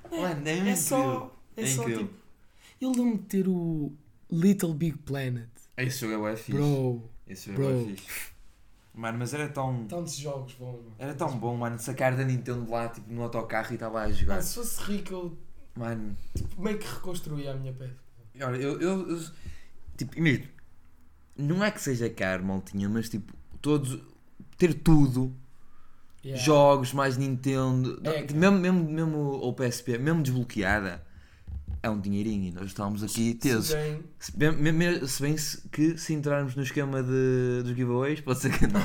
Speaker 2: Mano, é, mesmo
Speaker 1: É só.
Speaker 2: incrível.
Speaker 1: É só
Speaker 2: incrível.
Speaker 1: tipo. Eu lembro-me de ter o Little Big Planet.
Speaker 2: Esse jogo é bué fixe,
Speaker 1: Bro.
Speaker 2: esse jogo é bué
Speaker 1: Bro.
Speaker 2: fixe. Mano, mas era tão,
Speaker 1: Tantos jogos bons, mano.
Speaker 2: era tão bom, mano, sacar da Nintendo lá tipo no autocarro e estar lá a jogar.
Speaker 1: Mano, se fosse rico, eu
Speaker 2: Mano,
Speaker 1: como é que reconstruía a minha pele?
Speaker 2: Olha, eu, eu, eu- Tipo, imagina. Não é que seja caro, maltinha, mas tipo, todos. Ter tudo.
Speaker 1: Yeah.
Speaker 2: Jogos, mais Nintendo.
Speaker 1: É,
Speaker 2: não, mesmo, mesmo, mesmo. Ou PSP, mesmo desbloqueada. É um dinheirinho. e Nós estávamos aqui
Speaker 1: Se
Speaker 2: tesos.
Speaker 1: bem-
Speaker 2: Se bem, me- me- se bem se- que se entrarmos no esquema de, dos giveaways, pode ser
Speaker 1: [laughs]
Speaker 2: que não.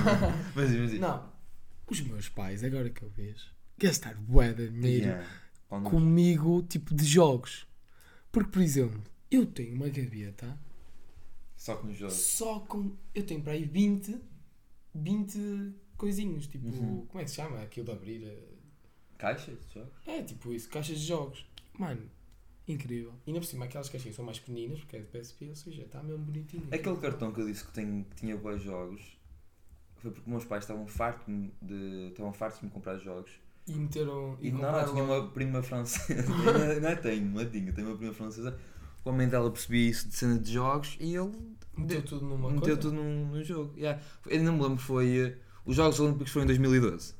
Speaker 2: mas imagina.
Speaker 1: Não. Os meus pais, agora que eu vejo, gastaram bué de dinheiro
Speaker 2: Yeah. Ou não.
Speaker 1: comigo, tipo, de jogos. Porque, por exemplo, eu tenho uma gaveta
Speaker 2: Só que nos jogos.
Speaker 1: só com. Eu tenho para aí 20. 20 coisinhos, tipo.
Speaker 2: Uhum.
Speaker 1: Como é que se chama? Aquilo de abrir. eh,
Speaker 2: Caixas de jogos?
Speaker 1: É tipo isso, caixas de jogos. Mano, incrível. E ainda por cima, aquelas caixinhas são mais pequeninas, porque é de PSP, ou seja, está mesmo bonitinho.
Speaker 2: Aquele cartão que eu disse que, tenho- que tinha bons jogos foi porque meus pais estavam fartos de, estavam fartos de me comprar jogos.
Speaker 1: E meteram.
Speaker 2: E, não, eu tinha
Speaker 1: compraram-
Speaker 2: uma prima francesa. [laughs] não, não tenho, uma tinha, tenho uma prima francesa. O homem dela percebia isso de cena de jogos e ele
Speaker 1: Meteu tudo numa
Speaker 2: meteu
Speaker 1: coisa.
Speaker 2: tudo num, num jogo. Yeah. Eu não me lembro, foi. eh, Os Jogos Olímpicos foram em 2012.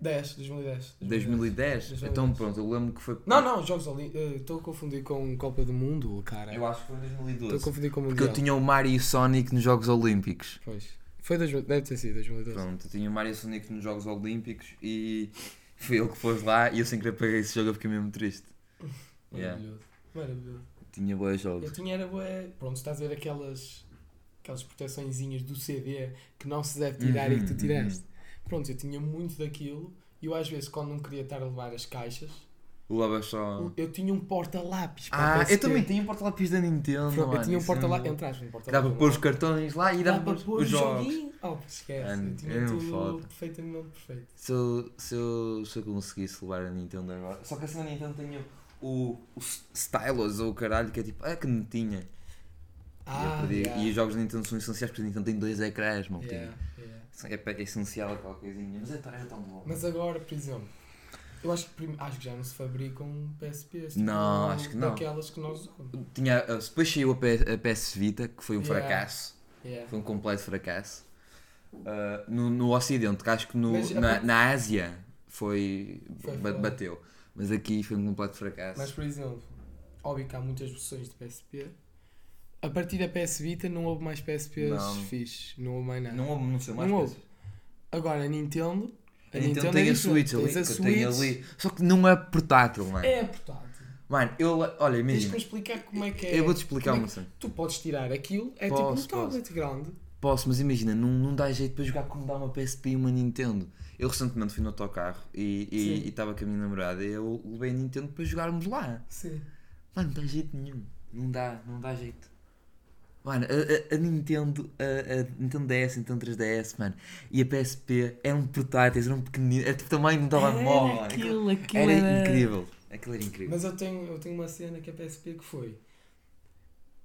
Speaker 1: 10, 2010.
Speaker 2: 2010?
Speaker 1: 2010.
Speaker 2: Então pronto, eu lembro que foi.
Speaker 1: Não, não, Jogos Olímpicos. Estou a confundir com Copa do Mundo, cara.
Speaker 2: Eu acho que foi em
Speaker 1: Estou
Speaker 2: 2012.
Speaker 1: a confundir com o
Speaker 2: Porque
Speaker 1: Mundial.
Speaker 2: eu tinha o Mario e o Sonic nos Jogos Olímpicos.
Speaker 1: Pois. Foi dois, deve ter sido 2012.
Speaker 2: Pronto, eu tinha o Mario Sonic nos Jogos Olímpicos e foi ele que pôs lá e eu sem querer paguei esse jogo eu fiquei mesmo triste. Yeah.
Speaker 1: Maravilhoso. Maravilhoso.
Speaker 2: Tinha boas jogos.
Speaker 1: Eu tinha era bué. Pronto, estás a ver aquelas. Aquelas proteçõezinhas do CD que não se deve tirar e que tu
Speaker 2: Uhum,
Speaker 1: tiraste. Pronto, eu tinha muito daquilo Eu às vezes, quando não queria estar a levar as caixas,
Speaker 2: Levas só.
Speaker 1: eu tinha um porta-lápis. para
Speaker 2: Ah, eu
Speaker 1: aquele
Speaker 2: também
Speaker 1: CD.
Speaker 2: tinha um porta-lápis da Nintendo.
Speaker 1: Pronto, Eu
Speaker 2: mano,
Speaker 1: tinha um
Speaker 2: isso é
Speaker 1: porta-lápis.
Speaker 2: muito-
Speaker 1: Entre aspas, um porta-lápis.
Speaker 2: Dava para pôr os cartões lá e
Speaker 1: Dá
Speaker 2: dava
Speaker 1: para pôr o
Speaker 2: os jogos.
Speaker 1: joguinho? Oh, esquece.
Speaker 2: Mano,
Speaker 1: Eu
Speaker 2: era
Speaker 1: tinha
Speaker 2: um
Speaker 1: tudo
Speaker 2: foda.
Speaker 1: perfeitamente perfeito.
Speaker 2: Se eu, se, eu, se eu conseguisse levar a Nintendo agora. Só que assim a Nintendo tinha o, o s- Stylus ou o caralho que é tipo. É que não tinha. E eu
Speaker 1: Ah,
Speaker 2: perdi-
Speaker 1: yeah.
Speaker 2: E os jogos da Nintendo são essenciais porque a Nintendo tem dois ecrãs, não
Speaker 1: Yeah, yeah.
Speaker 2: tinha. É, pa- é essencial aquela coisinha. Mas é tão- era tão bom.
Speaker 1: Mas agora, por exemplo, eu acho que, prim- acho que já não se fabricam PSPs. tipo,
Speaker 2: Não, acho que não.
Speaker 1: Daquelas que nós usamos.
Speaker 2: Tinha, ah, depois saiu a PS, a PS Vita, que foi um
Speaker 1: Yeah.
Speaker 2: fracasso.
Speaker 1: Yeah.
Speaker 2: Foi um completo fracasso. Ah, no, no Ocidente, que acho que no,
Speaker 1: Mas a
Speaker 2: na,
Speaker 1: parte-
Speaker 2: na Ásia foi,
Speaker 1: Foi
Speaker 2: ba-
Speaker 1: foda.
Speaker 2: bateu. Mas aqui foi um completo fracasso.
Speaker 1: Mas, por exemplo, óbvio que há muitas versões de PSP. A partir da PS Vita não houve mais PSPs
Speaker 2: Não.
Speaker 1: fixe, não houve mais nada.
Speaker 2: não houve, não sei mais
Speaker 1: Não
Speaker 2: coisas.
Speaker 1: Agora, a Nintendo...
Speaker 2: A Nintendo Então tem
Speaker 1: é
Speaker 2: a
Speaker 1: diferente.
Speaker 2: Switch ali,
Speaker 1: Tens a
Speaker 2: que eu tenho
Speaker 1: Switch.
Speaker 2: ali. Só que não é portátil, mano.
Speaker 1: É portátil.
Speaker 2: Mano, eu. Olha,
Speaker 1: Tens que me
Speaker 2: imagina.
Speaker 1: explicar como é que é.
Speaker 2: Eu vou-te explicar
Speaker 1: como
Speaker 2: uma
Speaker 1: é que-
Speaker 2: cena.
Speaker 1: Tu podes tirar aquilo, é
Speaker 2: Posso,
Speaker 1: tipo um tablet grande.
Speaker 2: Posso, mas imagina, não, não dá jeito para jogar como dá uma PSP e uma Nintendo. Eu recentemente fui no autocarro e-
Speaker 1: Sim.
Speaker 2: e estava com a minha namorada e eu levei a Nintendo para jogarmos lá.
Speaker 1: Sim.
Speaker 2: Mano, não dá jeito nenhum. Não dá, não dá jeito. Mano, a, a- a Nintendo, a, a Nintendo DS, Nintendo 3DS, mano, e a PSP eram portáteis, eram pequeninos, é um era tipo tamanho de um telemóvel, mano.
Speaker 1: É, aquilo, aquilo
Speaker 2: Era
Speaker 1: era-
Speaker 2: incrível. Aquilo era incrível.
Speaker 1: Mas eu tenho, eu tenho uma cena que é PSP que foi.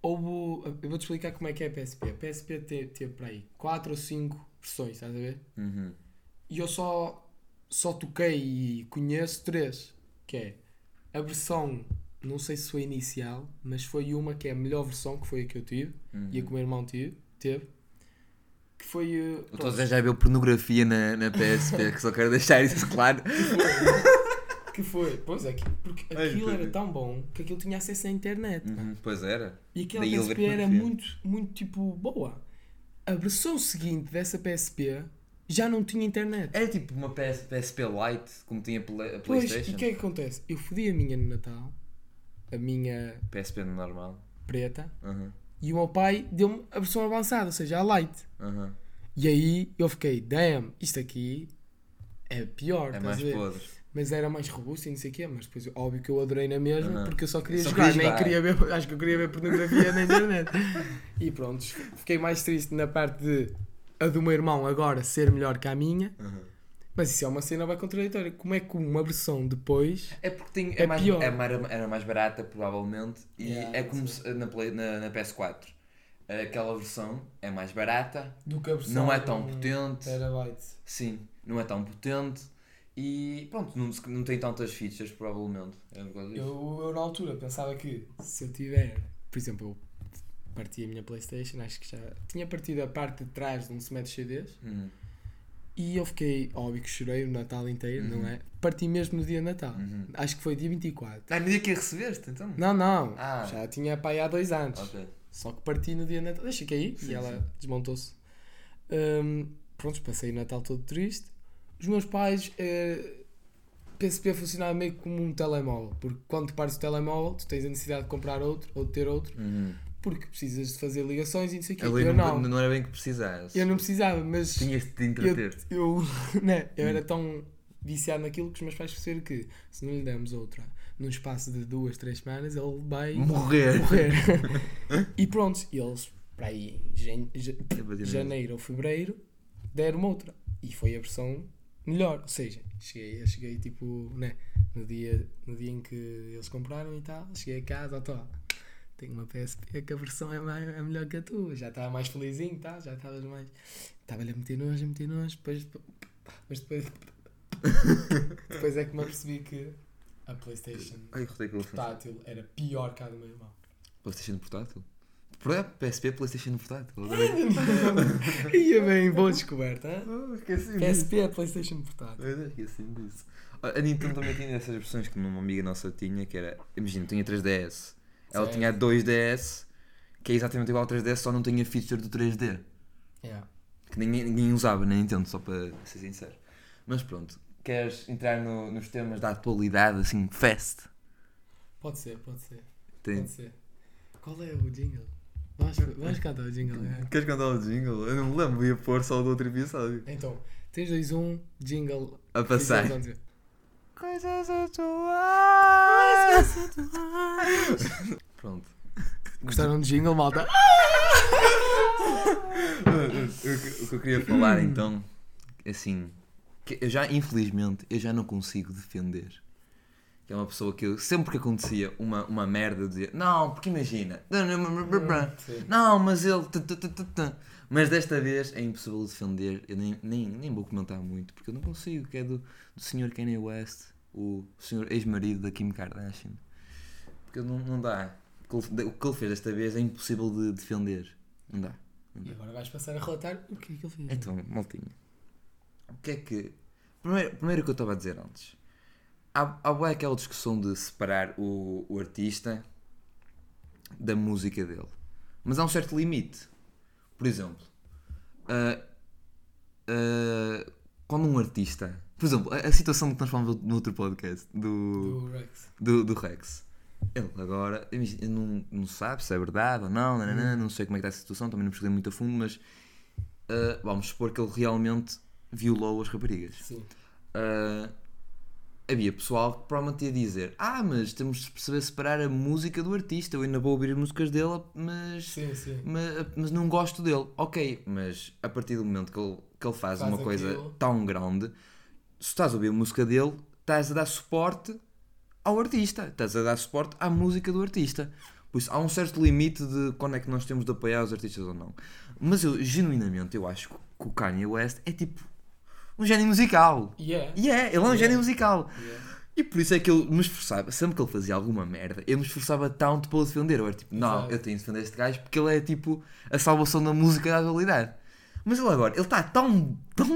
Speaker 1: Houve. Eu vou-te explicar como é que é a PSP. A PSP te- teve para aí 4 ou 5 versões, estás a ver?
Speaker 2: Uhum.
Speaker 1: E eu só, só toquei e conheço três. Que é a versão, não sei se foi inicial, mas foi uma que é a melhor versão, que foi a que eu tive
Speaker 2: Uhum.
Speaker 1: e a que o meu irmão tive. teve que foi. eh,
Speaker 2: O
Speaker 1: pronto,
Speaker 2: Tosé já viu pornografia na, na PSP, que só quero deixar isso claro.
Speaker 1: Que foi. Pois é, que- porque
Speaker 2: Ai,
Speaker 1: aquilo era
Speaker 2: entendi.
Speaker 1: tão bom que aquilo tinha acesso à internet. pá.
Speaker 2: Uhum, pois era.
Speaker 1: E aquela
Speaker 2: Daí ele
Speaker 1: PSP
Speaker 2: ver é
Speaker 1: era
Speaker 2: pornografia.
Speaker 1: muito, muito tipo boa. A versão seguinte dessa PSP já não tinha internet.
Speaker 2: Era tipo uma PS, PSP Lite, como tinha a Play- a
Speaker 1: Pois,
Speaker 2: PlayStation.
Speaker 1: e o que é que acontece? Eu fodi a minha no Natal, a minha
Speaker 2: PSP normal.
Speaker 1: preta,
Speaker 2: Uhum,
Speaker 1: e o meu pai deu-me a versão avançada, ou seja, a light.
Speaker 2: uhum.
Speaker 1: E aí eu fiquei, damn, isto aqui é pior,
Speaker 2: É
Speaker 1: estás
Speaker 2: mais
Speaker 1: a ver?
Speaker 2: podre.
Speaker 1: Mas era mais robusto e não sei o quê, mas depois óbvio que eu adorei na mesma
Speaker 2: Aham.
Speaker 1: porque eu só queria
Speaker 2: Só
Speaker 1: jogar,
Speaker 2: queria
Speaker 1: nem
Speaker 2: jogar.
Speaker 1: queria ver, acho que eu queria ver pornografia na internet. E pronto, fiquei mais triste na parte de a do meu irmão agora ser melhor que a minha,
Speaker 2: Uhum.
Speaker 1: mas isso é uma cena bem contraditória. Como é que uma versão depois
Speaker 2: É porque tem, é
Speaker 1: É
Speaker 2: mais,
Speaker 1: pior.
Speaker 2: é mais- era mais barata, provavelmente, e
Speaker 1: Yeah,
Speaker 2: é como se- na, Play- na- na PS4. Aquela versão é mais barata,
Speaker 1: do que a versão
Speaker 2: não é tão
Speaker 1: de um
Speaker 2: potente,
Speaker 1: Terabyte.
Speaker 2: sim, não é tão potente e pronto, não, se- não tem tantas features, provavelmente. É por causa disso.
Speaker 1: Eu, eu na altura pensava que se eu tiver, por exemplo, eu parti a minha Playstation, acho que já tinha partido a parte de trás de um se mete CDs.
Speaker 2: Uhum,
Speaker 1: E eu fiquei, óbvio que chorei o Natal inteiro, não é? Parti mesmo no dia de Natal.
Speaker 2: uhum.
Speaker 1: Acho que foi dia 24.
Speaker 2: Ah, no dia que a recebeste, então?
Speaker 1: Não, não.
Speaker 2: Ah.
Speaker 1: Já tinha pai há dois anos.
Speaker 2: Ok.
Speaker 1: Só que parti no dia de Natal. Deixa cair.
Speaker 2: Sim,
Speaker 1: e ela
Speaker 2: sim.
Speaker 1: desmontou-se. Hum, pronto, passei o Natal todo triste. Os meus pais. eh, PSP funcionava meio como um telemóvel. Porque quando tu pares o telemóvel, tu tens a necessidade de comprar outro ou de ter outro.
Speaker 2: Uhum.
Speaker 1: Porque precisas de fazer ligações e não sei o quê.
Speaker 2: Ali
Speaker 1: Eu
Speaker 2: não,
Speaker 1: não.
Speaker 2: não era bem que precisavas.
Speaker 1: Eu não precisava, mas.
Speaker 2: Tinhas de te entreter. Hum.
Speaker 1: Eu, [laughs] eu, né, eu era tão viciado naquilo que os meus pais perceberam que se não lhe damos outra num espaço de duas, três semanas, ele vai
Speaker 2: Morrer. [laughs]
Speaker 1: morrer. e pronto, eles, para aí, jan- ja-
Speaker 2: bater nele.
Speaker 1: janeiro ou fevereiro, deram outra. E foi a versão melhor. Ou seja, cheguei, eu cheguei tipo, né, no dia, no dia em que eles compraram e tal, cheguei a casa, ó, tenho uma PSP que a versão é, mais, é melhor que a tua. Já estava mais felizinho, tá? já estavas mais. Estava-lhe a meter nojo, a meter nojo, depois. Mas [laughs] depois. depois é que me apercebi que a PlayStation
Speaker 2: Ai, cortei com o fone.
Speaker 1: portátil era pior que a do meu irmão.
Speaker 2: PlayStation portátil? Por é PSP, PlayStation portátil. Agora-
Speaker 1: Ia bem, boa descoberta. hã?
Speaker 2: Ah, esqueci-me disso.
Speaker 1: PSP é PlayStation portátil.
Speaker 2: Eu esqueci-me disso. assim Ah, A Nintendo também tinha essas versões que uma amiga nossa tinha, que era. Imagina, tinha 3DS. Ela
Speaker 1: Certo.
Speaker 2: tinha a 2DS, que é exatamente igual ao 3DS, só não tinha feature do 3D.
Speaker 1: Yeah.
Speaker 2: Que ninguém, ninguém usava na Nintendo, só para ser sincero. Mas pronto, queres entrar no- nos temas da atualidade, assim, fast?
Speaker 1: Pode ser, pode ser.
Speaker 2: Tem-
Speaker 1: Pode ser. Qual é o jingle? Vamos, vamos cantar o jingle. é?
Speaker 2: Queres cantar o jingle? Eu não me lembro, ia pôr só do outro episódio.
Speaker 1: Então, 3, 2, 1, jingle.
Speaker 2: A passar.
Speaker 1: Jingle.
Speaker 2: Coisas atuais. Pronto.
Speaker 1: Gostaram do jingle, malta?
Speaker 2: O que- o que eu queria falar então, assim, que eu já, infelizmente, eu já não consigo defender. Que é uma pessoa que eu, sempre que acontecia uma, uma merda, eu dizia, não, porque imagina, não, mas ele, tu, tu, tu, tu, tu." mas desta vez é impossível defender, eu nem, nem, nem vou comentar muito, porque eu não consigo, que é do, do Sr. Kanye West, o senhor ex-marido da Kim Kardashian, porque não, não dá, o que ele- o que ele fez desta vez é impossível de defender, não dá.
Speaker 1: E agora vais passar a relatar o que é que ele fez.
Speaker 2: Então, maltinha. O que é que. Primeiro, primeiro o que eu estava a dizer antes. Há, há bué aquela discussão de separar o, o artista da música dele. Mas há um certo limite. Por exemplo, ah, ah, quando um artista. Por exemplo, a, a situação que nós falamos no outro podcast do
Speaker 1: Do Rex.
Speaker 2: do, do Rex. Ele agora, imagina, eu não, não sabe se é verdade ou não, nananã, não sei como é que está a situação, também não pesquisei muito a fundo, mas ah, vamos supor que ele realmente violou as raparigas.
Speaker 1: Sim.
Speaker 2: Ah, havia pessoal que provavelmente ia dizer: Ah, mas temos de saber separar a música do artista, eu ainda vou ouvir as músicas dele, mas
Speaker 1: Sim, sim.
Speaker 2: ma- mas, não gosto dele. Ok, mas a partir do momento que ele, que ele faz,
Speaker 1: Faz
Speaker 2: uma coisa
Speaker 1: aquilo.
Speaker 2: tão grande, se estás a ouvir a música dele, estás a dar suporte ao artista, estás a dar suporte à música do artista. Por isso, há um certo limite de quando é que nós temos de apoiar os artistas ou não. Mas eu, genuinamente, eu acho que o Kanye West é tipo um gênio musical.
Speaker 1: E é.
Speaker 2: E é, ele é um gênio musical. E por isso é que eu me esforçava, sempre que ele fazia alguma merda, eu me esforçava tanto para o defender. Eu era tipo, não,
Speaker 1: Exato.
Speaker 2: eu tenho de defender este gajo porque ele é tipo a salvação da música da atualidade. Mas ele agora, ele está tão, tão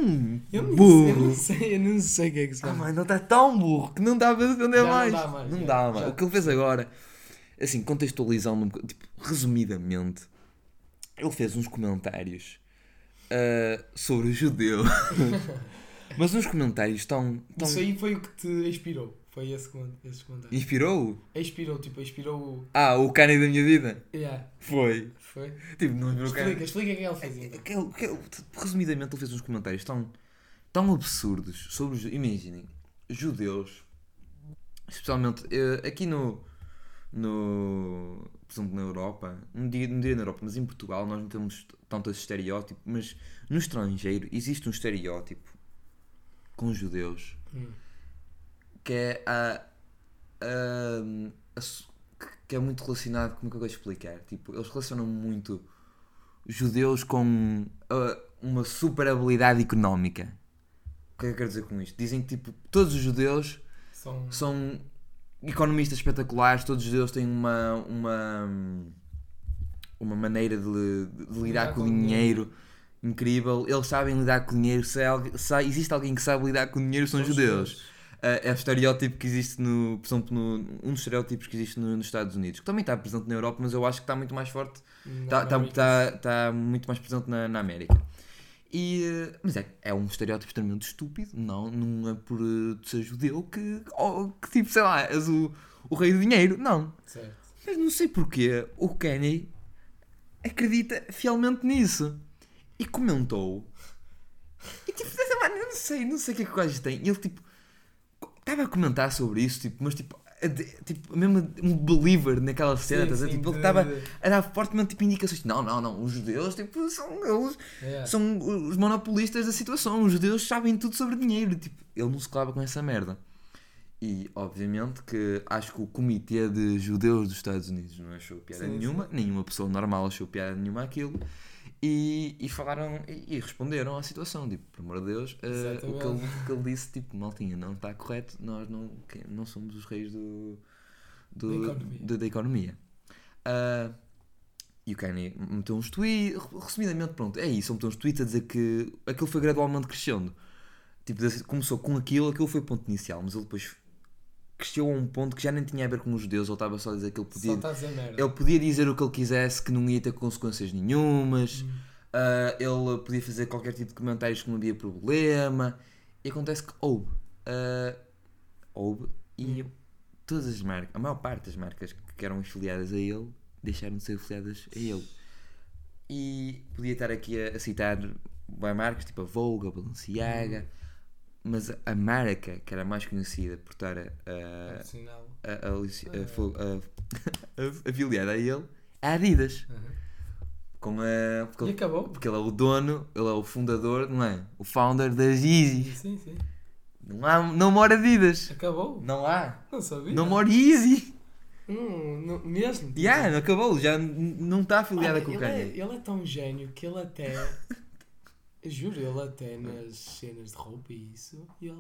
Speaker 1: Eu não, eu
Speaker 2: burro.
Speaker 1: não sei, eu não sei o que é que se
Speaker 2: Ah,
Speaker 1: faz.
Speaker 2: mano, ele está tão burro que não dá para defender
Speaker 1: Já não
Speaker 2: mais.
Speaker 1: dá mais, já,
Speaker 2: dá, mano.
Speaker 1: já.
Speaker 2: O que ele fez agora, assim, contextualizando um bocado, tipo, resumidamente, ele fez uns comentários ah, sobre
Speaker 1: [laughs]
Speaker 2: o judeu. Mas uns comentários tão. tão...
Speaker 1: Isso aí foi o que te inspirou. Foi esse, comen- esses comentários.
Speaker 2: Inspirou?
Speaker 1: Inspirou, tipo, inspirou o.
Speaker 2: Ah, o Kanye da minha vida?
Speaker 1: Yeah,
Speaker 2: Foi.
Speaker 1: foi.
Speaker 2: Tipo, não lembro o
Speaker 1: Explica,
Speaker 2: Kanye.
Speaker 1: explica o que é que ele fez. então.
Speaker 2: Aquele- aquele- Resumidamente, ele fez uns comentários tão, tão absurdos sobre. os- Imaginem, judeus, especialmente eh, aqui no. no por exemplo, na Europa, um não diria, não diria na Europa, mas em Portugal nós não temos t- tanto esse estereótipo, mas no estrangeiro existe um estereótipo com os judeus
Speaker 1: Hum.
Speaker 2: que é a, a- a su- que é muito relacionado como é que eu vou explicar tipo eles relacionam muito judeus com ah, uma super habilidade económica o que é que eu quero dizer com isto dizem que tipo todos os judeus
Speaker 1: São.
Speaker 2: são economistas espetaculares, todos os judeus têm uma, uma, uma maneira de, de lidar com o dinheiro incrível, eles sabem lidar com o dinheiro, se, há algu- se há- existe alguém que sabe lidar com o dinheiro são, os judeus. Ah, é o estereótipo que existe no, por exemplo, no, um dos estereótipos que existe no- nos Estados Unidos, que também está presente na Europa, mas eu acho que está muito mais forte
Speaker 1: na
Speaker 2: Está tá,
Speaker 1: América.
Speaker 2: tá, tá muito mais presente na, na América. E, eh, mas é, é um estereótipo extremamente estúpido, não, não é por eh, tu ser judeu que, oh, que tipo, sei lá, és o, o rei do dinheiro, não.
Speaker 1: Certo.
Speaker 2: Mas não sei porquê o Kenny acredita fielmente nisso. E comentou. E tipo, dessa maneira, eu não sei, não sei o que é que o gajo tem. E ele tipo, estava a comentar sobre isso, tipo, mas tipo, a de- tipo mesmo um believer naquela cena,
Speaker 1: Sim,
Speaker 2: estás a ver?
Speaker 1: sim,
Speaker 2: tipo, ele
Speaker 1: de-
Speaker 2: estava
Speaker 1: de-
Speaker 2: a dar fortemente tipo, indicações. Não, não, não, os judeus tipo, são eles,
Speaker 1: Yeah.
Speaker 2: são os monopolistas da situação, os judeus sabem tudo sobre dinheiro. Tipo, ele não se clava com essa merda. E obviamente que acho que o Comitê de Judeus dos Estados Unidos não achou piada
Speaker 1: Sim,
Speaker 2: nenhuma, nenhuma pessoa normal achou piada nenhuma aquilo. E, e falaram e, e responderam à situação, tipo, por amor de Deus, eh, o, que ele, o que ele disse, tipo, maltinha, não está correto, nós não, que- não somos os reis do, do-
Speaker 1: Da economia.
Speaker 2: da- da economia. Ah, e o Kanye meteu uns tweets, resumidamente, pronto, é isso, ele meteu uns tweets a dizer que aquilo foi gradualmente crescendo. Tipo, desse- começou com aquilo, aquilo foi o ponto inicial, mas ele depois cresceu a um ponto que já nem tinha a ver com os judeus, ele estava só a dizer que ele
Speaker 1: Só tá
Speaker 2: podia,
Speaker 1: está a dizer merda.
Speaker 2: ele podia dizer o que ele quisesse, que não ia ter consequências nenhumas, ah, ele podia fazer qualquer tipo de comentários que não havia problema, e acontece que houve. ah, houve, e todas as marcas, a maior parte das marcas que eram afiliadas a ele, deixaram de ser afiliadas a ele. E podia estar aqui a, a citar bem marcas, tipo a Vogue, a Balenciaga, mas a- a marca que era mais conhecida por estar a, a-
Speaker 1: Sinal.
Speaker 2: a- a lici-
Speaker 1: Uhum.
Speaker 2: a fo- a- [laughs] afiliada a ele, é a Adidas.
Speaker 1: Uhum.
Speaker 2: Com a, porque,
Speaker 1: E
Speaker 2: ele,
Speaker 1: acabou.
Speaker 2: porque ele é o dono, ele é o fundador, não é? O founder das Yeezys.
Speaker 1: Sim, sim.
Speaker 2: Não, há, não mora Adidas.
Speaker 1: Acabou.
Speaker 2: Não há.
Speaker 1: Não sabia.
Speaker 2: Não mora Yeezy.
Speaker 1: Hum, não- mesmo?
Speaker 2: Já, não acabou. Já n- não está afiliada
Speaker 1: Olha,
Speaker 2: com o
Speaker 1: ele, é,
Speaker 2: Kanye.
Speaker 1: ele é tão gênio que ele até. Juro, ele até nas cenas de roupa e isso, ele.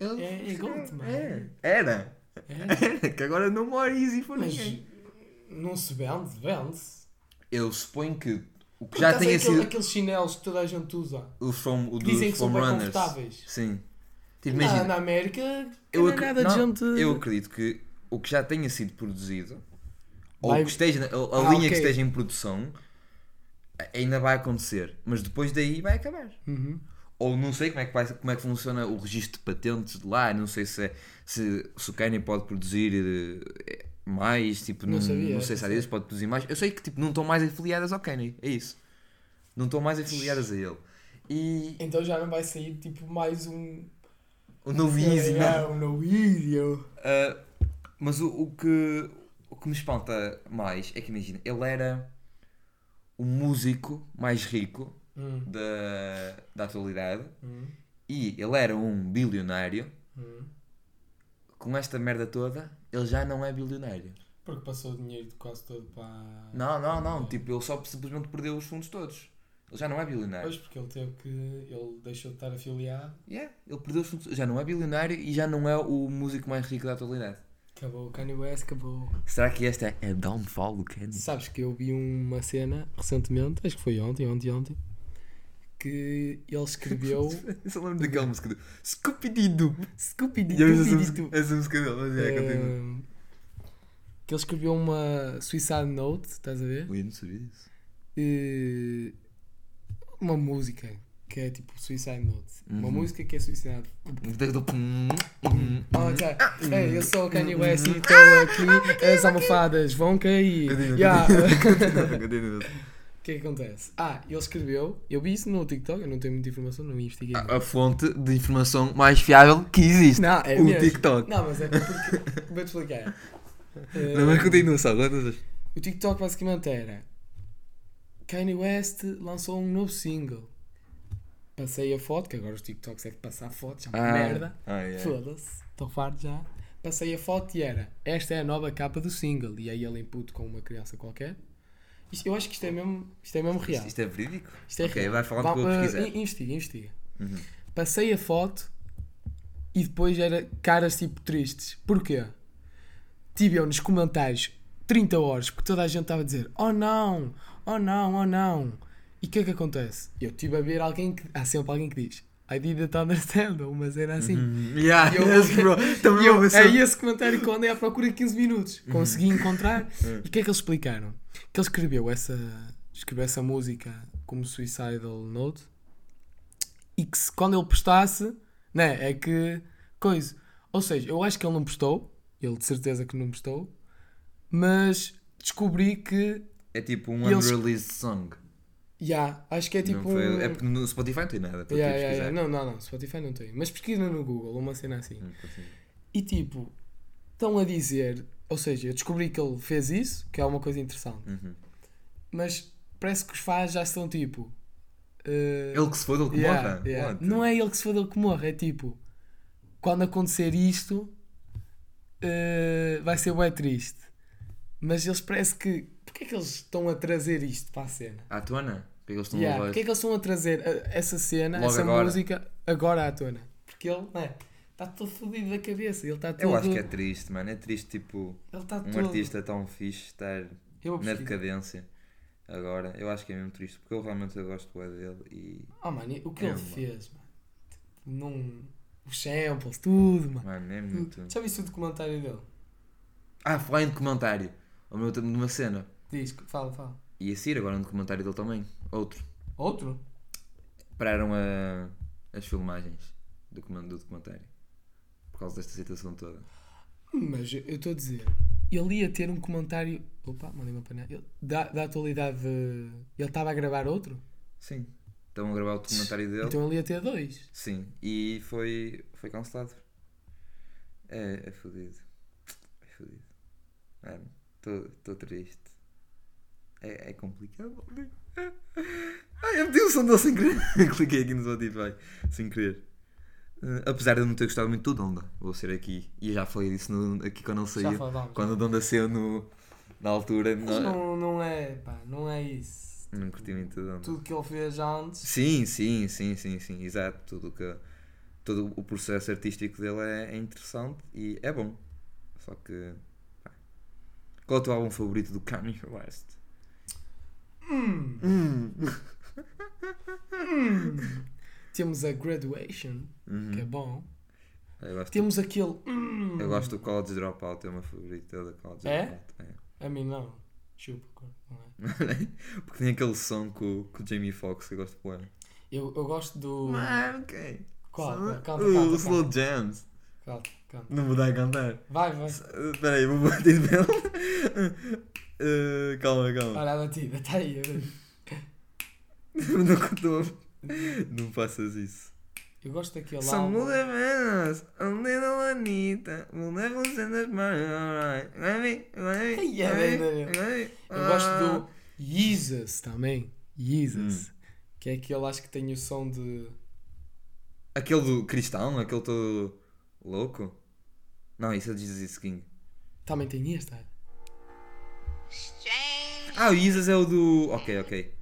Speaker 2: Ele-
Speaker 1: É, é gold, mano.
Speaker 2: É. Era.
Speaker 1: É.
Speaker 2: Era. Que agora não mora Yeezy por
Speaker 1: Mas
Speaker 2: [laughs] ninguém.
Speaker 1: não se vende, vende-se.
Speaker 2: Eu suponho que o que
Speaker 1: Por
Speaker 2: já
Speaker 1: acaso é
Speaker 2: tenha
Speaker 1: aquele-
Speaker 2: sido
Speaker 1: Aqueles chinelos que toda a gente usa.
Speaker 2: os foam, o
Speaker 1: que
Speaker 2: dos
Speaker 1: dizem que são
Speaker 2: foam
Speaker 1: bem
Speaker 2: runners.
Speaker 1: confortáveis.
Speaker 2: Sim. Tipo,
Speaker 1: Na,
Speaker 2: imagina.
Speaker 1: Ah, na América,
Speaker 2: eu,
Speaker 1: não é
Speaker 2: acre-
Speaker 1: nada de
Speaker 2: não,
Speaker 1: gente.
Speaker 2: eu acredito que o que já tenha sido produzido, ou
Speaker 1: Vai-
Speaker 2: que esteja, na- a, a
Speaker 1: Ah,
Speaker 2: linha que
Speaker 1: ok.
Speaker 2: esteja em produção, a- ainda vai acontecer. Mas depois daí vai acabar.
Speaker 1: Uhum.
Speaker 2: Ou não sei como é que, vai- como é que funciona o registro de patentes de lá, não sei se, é- se, se o Kanye pode produzir eh, mais, tipo,
Speaker 1: Não
Speaker 2: não,
Speaker 1: sabia,
Speaker 2: não sei se a Adidas pode produzir mais. Eu sei que tipo, não estão mais afiliadas ao Kanye, é isso. Não estão mais afiliadas a ele. E
Speaker 1: Então já não vai sair tipo mais um.
Speaker 2: o novo Yeezy, não.
Speaker 1: É, um no Easy. ou-
Speaker 2: Ah, mas o, o que, o que me espanta mais é que imagina, ele era o músico mais rico
Speaker 1: Hum,
Speaker 2: da, da atualidade
Speaker 1: hum,
Speaker 2: e ele era um bilionário.
Speaker 1: hum.
Speaker 2: Com esta merda toda, ele já não é bilionário.
Speaker 1: Porque passou o dinheiro de quase todo para.
Speaker 2: Não, não, não. Tipo, ele só simplesmente perdeu os fundos todos. Ele já não é bilionário.
Speaker 1: Pois, porque ele teve que. Ele deixou de estar afiliado,
Speaker 2: Yeah, ele perdeu os fundos. Já não é bilionário e já não é o músico mais rico da atualidade.
Speaker 1: acabou o Kanye West, acabou.
Speaker 2: Será que esta é a downfall do Kanye?
Speaker 1: Sabes que eu vi uma cena recentemente, acho que foi ontem, ontem, ontem, que ele
Speaker 2: [laughs]
Speaker 1: escreveu.
Speaker 2: Eu só lembro daquela música do Scooby-Doo.
Speaker 1: Scooby-Doo,
Speaker 2: E eu essa
Speaker 1: Scooby-Doo.
Speaker 2: música- essa música dele, mas é, continua.
Speaker 1: Ahm, Ehm, que ele escreveu uma Suicide Note, estás a ver?
Speaker 2: Ui, eu não sabia disso.
Speaker 1: Eh, uma música que é tipo Suicide Note. Uma
Speaker 2: Uhum.
Speaker 1: música que é suicidado.
Speaker 2: Eu
Speaker 1: Ok,
Speaker 2: Uhum.
Speaker 1: Ei, eu sou o Kanye West e estou
Speaker 2: [laughs]
Speaker 1: aqui. As almofadas vão cair.
Speaker 2: digo,
Speaker 1: Yeah.
Speaker 2: continua, continua.
Speaker 1: O que é que acontece? Ah, ele escreveu. Eu vi isso no TikTok, eu não tenho muita informação, não investiguei.
Speaker 2: A fonte de informação mais fiável que existe.
Speaker 1: Não, é
Speaker 2: o
Speaker 1: mesmo.
Speaker 2: TikTok.
Speaker 1: Não, mas é porque. Vou-te explicar. Eh,
Speaker 2: Não, mas continua só. continua.
Speaker 1: O TikTok basicamente era Kanye West lançou um novo single. Passei a foto, que agora os TikToks é de passar fotos, é uma merda.
Speaker 2: Ah, é.
Speaker 1: Foda-se, estou farto já. Passei a foto e era Esta é a nova capa do single. E aí ele input com uma criança qualquer. Isto- eu acho que isto é mesmo, isto é mesmo real.
Speaker 2: Isto, isto é verídico?
Speaker 1: Isto é
Speaker 2: ok,
Speaker 1: real.
Speaker 2: vai falando
Speaker 1: Vá-
Speaker 2: que Uhum. eu vou
Speaker 1: eh,
Speaker 2: pesquisar.
Speaker 1: in- Investiga, investiga. Passei a foto e depois era caras tipo tristes. Porquê? Tive eu nos comentários 30 horas porque toda a gente estava a dizer oh não, oh não, oh não. E o que é que acontece? Eu tive a ver alguém que. Há sempre alguém que diz I didn't understand, ou uma cena assim.
Speaker 2: [laughs] Uhum. Yeah,
Speaker 1: E eu-
Speaker 2: yes, bro.
Speaker 1: [laughs]
Speaker 2: Também
Speaker 1: E eu,
Speaker 2: vou
Speaker 1: é
Speaker 2: ver Uhum.
Speaker 1: esse comentário que eu andei à procura 15 minutos. Consegui
Speaker 2: [laughs]
Speaker 1: encontrar. E o que é que eles explicaram? Que ele escreveu essa, escreveu essa música como Suicidal Note e que se, quando ele postasse, né, é que coisa. Ou seja, eu acho que ele não postou, ele de certeza que não postou, mas descobri que
Speaker 2: É tipo um
Speaker 1: E eles-
Speaker 2: unreleased song.
Speaker 1: já, acho que é tipo
Speaker 2: não foi...
Speaker 1: um-
Speaker 2: É porque no Spotify não tem nada para
Speaker 1: Ya,
Speaker 2: tu
Speaker 1: ya,
Speaker 2: pesquisar.
Speaker 1: ya. Não, não, não, Spotify não tem. Mas pesquisa no Google, uma cena assim.
Speaker 2: Hum, continua.
Speaker 1: E tipo, estão a dizer, ou seja, eu descobri que ele fez isso, que é uma coisa interessante.
Speaker 2: Uhum.
Speaker 1: Mas parece que os fãs já estão tipo. eh,
Speaker 2: Ele que se foda, ele que
Speaker 1: yeah,
Speaker 2: morra.
Speaker 1: yeah.
Speaker 2: What?
Speaker 1: Não é ele que se foda ele que morre, é tipo, quando acontecer isto, eh, vai ser bem triste. Mas eles parece que. Porquê é que eles estão a trazer isto para a cena?
Speaker 2: À tona? Ah, Porque eles estão
Speaker 1: Yeah,
Speaker 2: a
Speaker 1: Porquê é que eles estão a trazer eh, essa cena,
Speaker 2: Logo
Speaker 1: essa
Speaker 2: agora.
Speaker 1: música, agora à tona? Porque ele, não é? Está todo fodido da cabeça, ele está todo.
Speaker 2: Eu acho que é triste, mano. É triste, tipo,
Speaker 1: Ele está
Speaker 2: um
Speaker 1: todo.
Speaker 2: artista tão fixe estar
Speaker 1: Eu vou
Speaker 2: na
Speaker 1: pesquisar.
Speaker 2: decadência agora. Eu acho que é mesmo triste, porque eu realmente eu gosto bué dele e.
Speaker 1: Oh, mano, o que
Speaker 2: É
Speaker 1: ele
Speaker 2: uma-
Speaker 1: fez, mano? Tipo, Num... Os samples, tudo, mano.
Speaker 2: Mano, é muito.
Speaker 1: Já viste o documentário dele?
Speaker 2: Ah, falar em documentário. O meu tempo numa cena.
Speaker 1: Diz, fala, fala.
Speaker 2: E a Cira, agora um documentário dele também. Outro.
Speaker 1: Outro?
Speaker 2: Pararam a, as filmagens do, document- do documentário. Por causa desta situação toda.
Speaker 1: Mas eu estou a dizer, ele ia ter um comentário. Opa, mandei uma panela. Ele- Da, da atualidade. de- Ele estava a gravar outro?
Speaker 2: Sim. Estão a gravar o documentário dele.
Speaker 1: Então ele ia ter dois.
Speaker 2: Sim. E foi, foi cancelado. É, é fodido. É fodido. Mano, estou triste. É, é complicado. [laughs] Ai, eu meti o som dele sem querer. [laughs] Cliquei aqui no Spotify. Sem querer. Eh, apesar de eu não ter gostado muito do Donda, vou ser aqui. E já falei disso no- aqui quando ele
Speaker 1: Já
Speaker 2: saiu.
Speaker 1: falámos.
Speaker 2: Quando o Donda saiu no, na altura.
Speaker 1: Mas
Speaker 2: Não,
Speaker 1: não, não é, pá, não é isso.
Speaker 2: não curti muito do Donda.
Speaker 1: Tudo que ele fez já antes.
Speaker 2: Sim, sim, sim, sim, sim, exato. Tudo o que, todo o processo artístico dele é, é interessante e é bom. Só que. pá. Qual é o teu álbum favorito do Kanye West?
Speaker 1: Temos a Graduation,
Speaker 2: Uhum.
Speaker 1: que é bom.
Speaker 2: Eu gosto,
Speaker 1: Temos aquele. hum,
Speaker 2: eu gosto do College Dropout, é o meu favorito é o da College
Speaker 1: É?
Speaker 2: Dropout. É. [laughs]
Speaker 1: A mim não. Chupa, não é?
Speaker 2: Porque tem aquele som com, com o Jamie Foxx que eu gosto de pôr.
Speaker 1: Eu, eu gosto do.
Speaker 2: Ah, ok.
Speaker 1: Qual?
Speaker 2: Só-
Speaker 1: Canta, canta,
Speaker 2: Uh,
Speaker 1: canta.
Speaker 2: o Slow Jams.
Speaker 1: Canta, canta.
Speaker 2: Não vou dar a cantar.
Speaker 1: Vai, vai.
Speaker 2: Espera aí, vou bater de [laughs] pele. Uh, Calma, calma.
Speaker 1: Olha a batida, está aí. a batida.
Speaker 2: não contou. Não faças isso.
Speaker 1: Eu gosto daquele
Speaker 2: São
Speaker 1: álbum.
Speaker 2: muda menos, a little Anita, will never send us money, alright. Let me, let me,
Speaker 1: Ai, é
Speaker 2: let me,
Speaker 1: bem,
Speaker 2: let me. Ah.
Speaker 1: Eu gosto do Jesus também.
Speaker 2: Hum.
Speaker 1: Jesus. Que é aquele, acho que tem o som de.
Speaker 2: Aquele do cristão, aquele todo louco? Não, isso é do Jesus is King.
Speaker 1: Também tem este, é?
Speaker 3: Strange.
Speaker 2: Ah, o Jesus é o do. Ok, ok.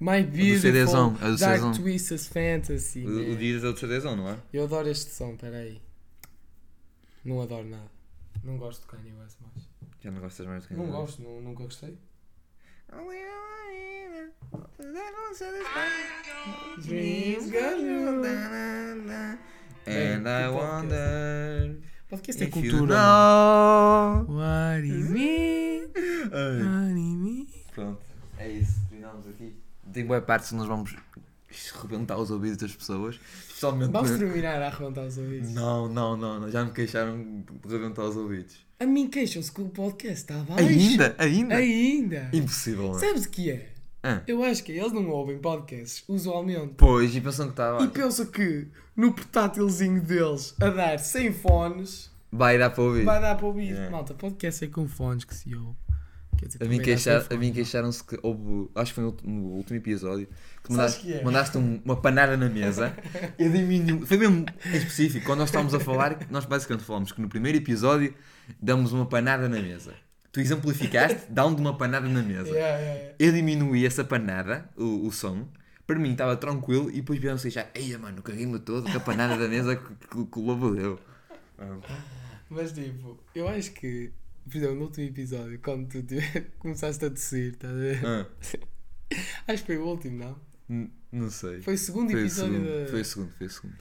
Speaker 1: My Beautiful
Speaker 2: CDzão, é do
Speaker 1: Dark
Speaker 2: CDzão.
Speaker 1: Twisted Fantasy.
Speaker 2: O,
Speaker 1: man.
Speaker 2: o Jesus é o do Chadezão, não é?
Speaker 1: Eu adoro este som, peraí. Não adoro nada. Não gosto de Kanye West mais.
Speaker 2: Já não gostas mais do que
Speaker 1: Não gosto, nu- nunca gostei.
Speaker 2: A little Anita, will never send us money.
Speaker 1: Dreams come true.
Speaker 2: And I
Speaker 1: que podcast.
Speaker 2: wonder
Speaker 1: Podcast é
Speaker 2: if you
Speaker 1: cultura. mano.
Speaker 2: know.
Speaker 1: What is me?
Speaker 2: né? Ai,
Speaker 1: What is me?
Speaker 2: Pronto, é isso. Terminamos aqui. Tem boa parte se nós vamos rebentar os ouvidos das pessoas. Especialmente.
Speaker 1: Vamos
Speaker 2: na-
Speaker 1: terminar a arrebentar os ouvidos.
Speaker 2: Não, não, não, não, já me queixaram de rebentar os ouvidos.
Speaker 1: A mim queixam-se que o podcast está abaixo.
Speaker 2: Ainda? Ainda?
Speaker 1: Ainda.
Speaker 2: Impossível, não é?
Speaker 1: Sabes o que é?
Speaker 2: Ah.
Speaker 1: Eu acho que é, eles não ouvem podcasts usualmente.
Speaker 2: Pois, e pensam que tá, está
Speaker 1: E penso que no portátilzinho deles a dar sem fones
Speaker 2: Vai dar para ouvir.
Speaker 1: vai dar para ouvir.
Speaker 2: Yeah.
Speaker 1: Malta, podcast é com fones que se ouve. Quer dizer,
Speaker 2: A mim,
Speaker 1: também dá
Speaker 2: queixar,
Speaker 1: sem
Speaker 2: a
Speaker 1: fone.
Speaker 2: mim queixaram-se que houve, acho que foi no ult- no último episódio, que
Speaker 1: Sabes
Speaker 2: mandaste,
Speaker 1: que é?
Speaker 2: mandaste um- uma panada na mesa. [laughs] Eu dei mínimo, foi mesmo em específico, quando nós estávamos a falar, nós basicamente falámos que no primeiro episódio damos uma panada na mesa. Tu exemplificaste, dão-te uma panada na mesa.
Speaker 1: Yeah, yeah, yeah.
Speaker 2: Eu diminuí essa panada, o, o som, para mim estava tranquilo e depois vieram-se já, eia mano, caguei-me todo com a panada da mesa que, que, que o lobo deu.
Speaker 1: Mas tipo, eu acho que, por exemplo, no último episódio, quando tu te- [laughs] começaste a tossir, estás a ver?
Speaker 2: Ah,
Speaker 1: Acho que foi o último, não?
Speaker 2: n- não sei.
Speaker 1: Foi o segundo
Speaker 2: Foi o
Speaker 1: episódio
Speaker 2: segundo,
Speaker 1: da.
Speaker 2: foi o segundo, foi o segundo.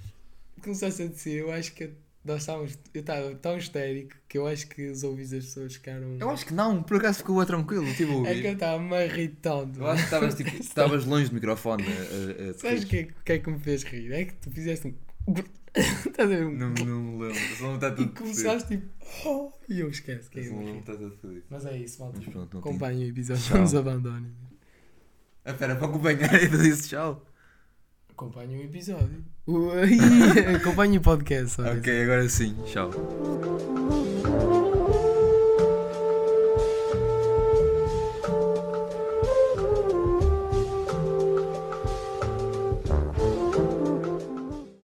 Speaker 1: Começaste a dizer, eu acho que nós estávamos. Eu estava tão histérico que eu acho que os ouvidos das pessoas ficaram.
Speaker 2: Eu acho que não, por acaso ficou a tranquilo,
Speaker 1: É que
Speaker 2: estive a
Speaker 1: eu
Speaker 2: ouvir.
Speaker 1: estava marritando.
Speaker 2: Eu acho que
Speaker 1: [laughs]
Speaker 2: estavas tipo, estavas longe do microfone eh, a, a, a
Speaker 1: Sabes o que, é que- o que é que me fez rir? É que tu fizeste um. [laughs] Estás a ver? um-
Speaker 2: Não, não me lembro, só não está
Speaker 1: E
Speaker 2: tudo
Speaker 1: começaste tipo. "Oh", e eu esqueço que é
Speaker 2: Só não
Speaker 1: isso.
Speaker 2: está tudo fodido.
Speaker 1: Mas é isso, malta.
Speaker 2: Mas pronto, não tinha.
Speaker 1: Acompanhem o episódio,
Speaker 2: Tchau.
Speaker 1: não nos abandonem.
Speaker 2: Ah, pera, para acompanhar e disse tchau.
Speaker 1: Acompanhem [laughs] o episódio. Ui, Acompanhem o podcast. só isso.
Speaker 2: Ok, agora sim, tchau.
Speaker 3: Thank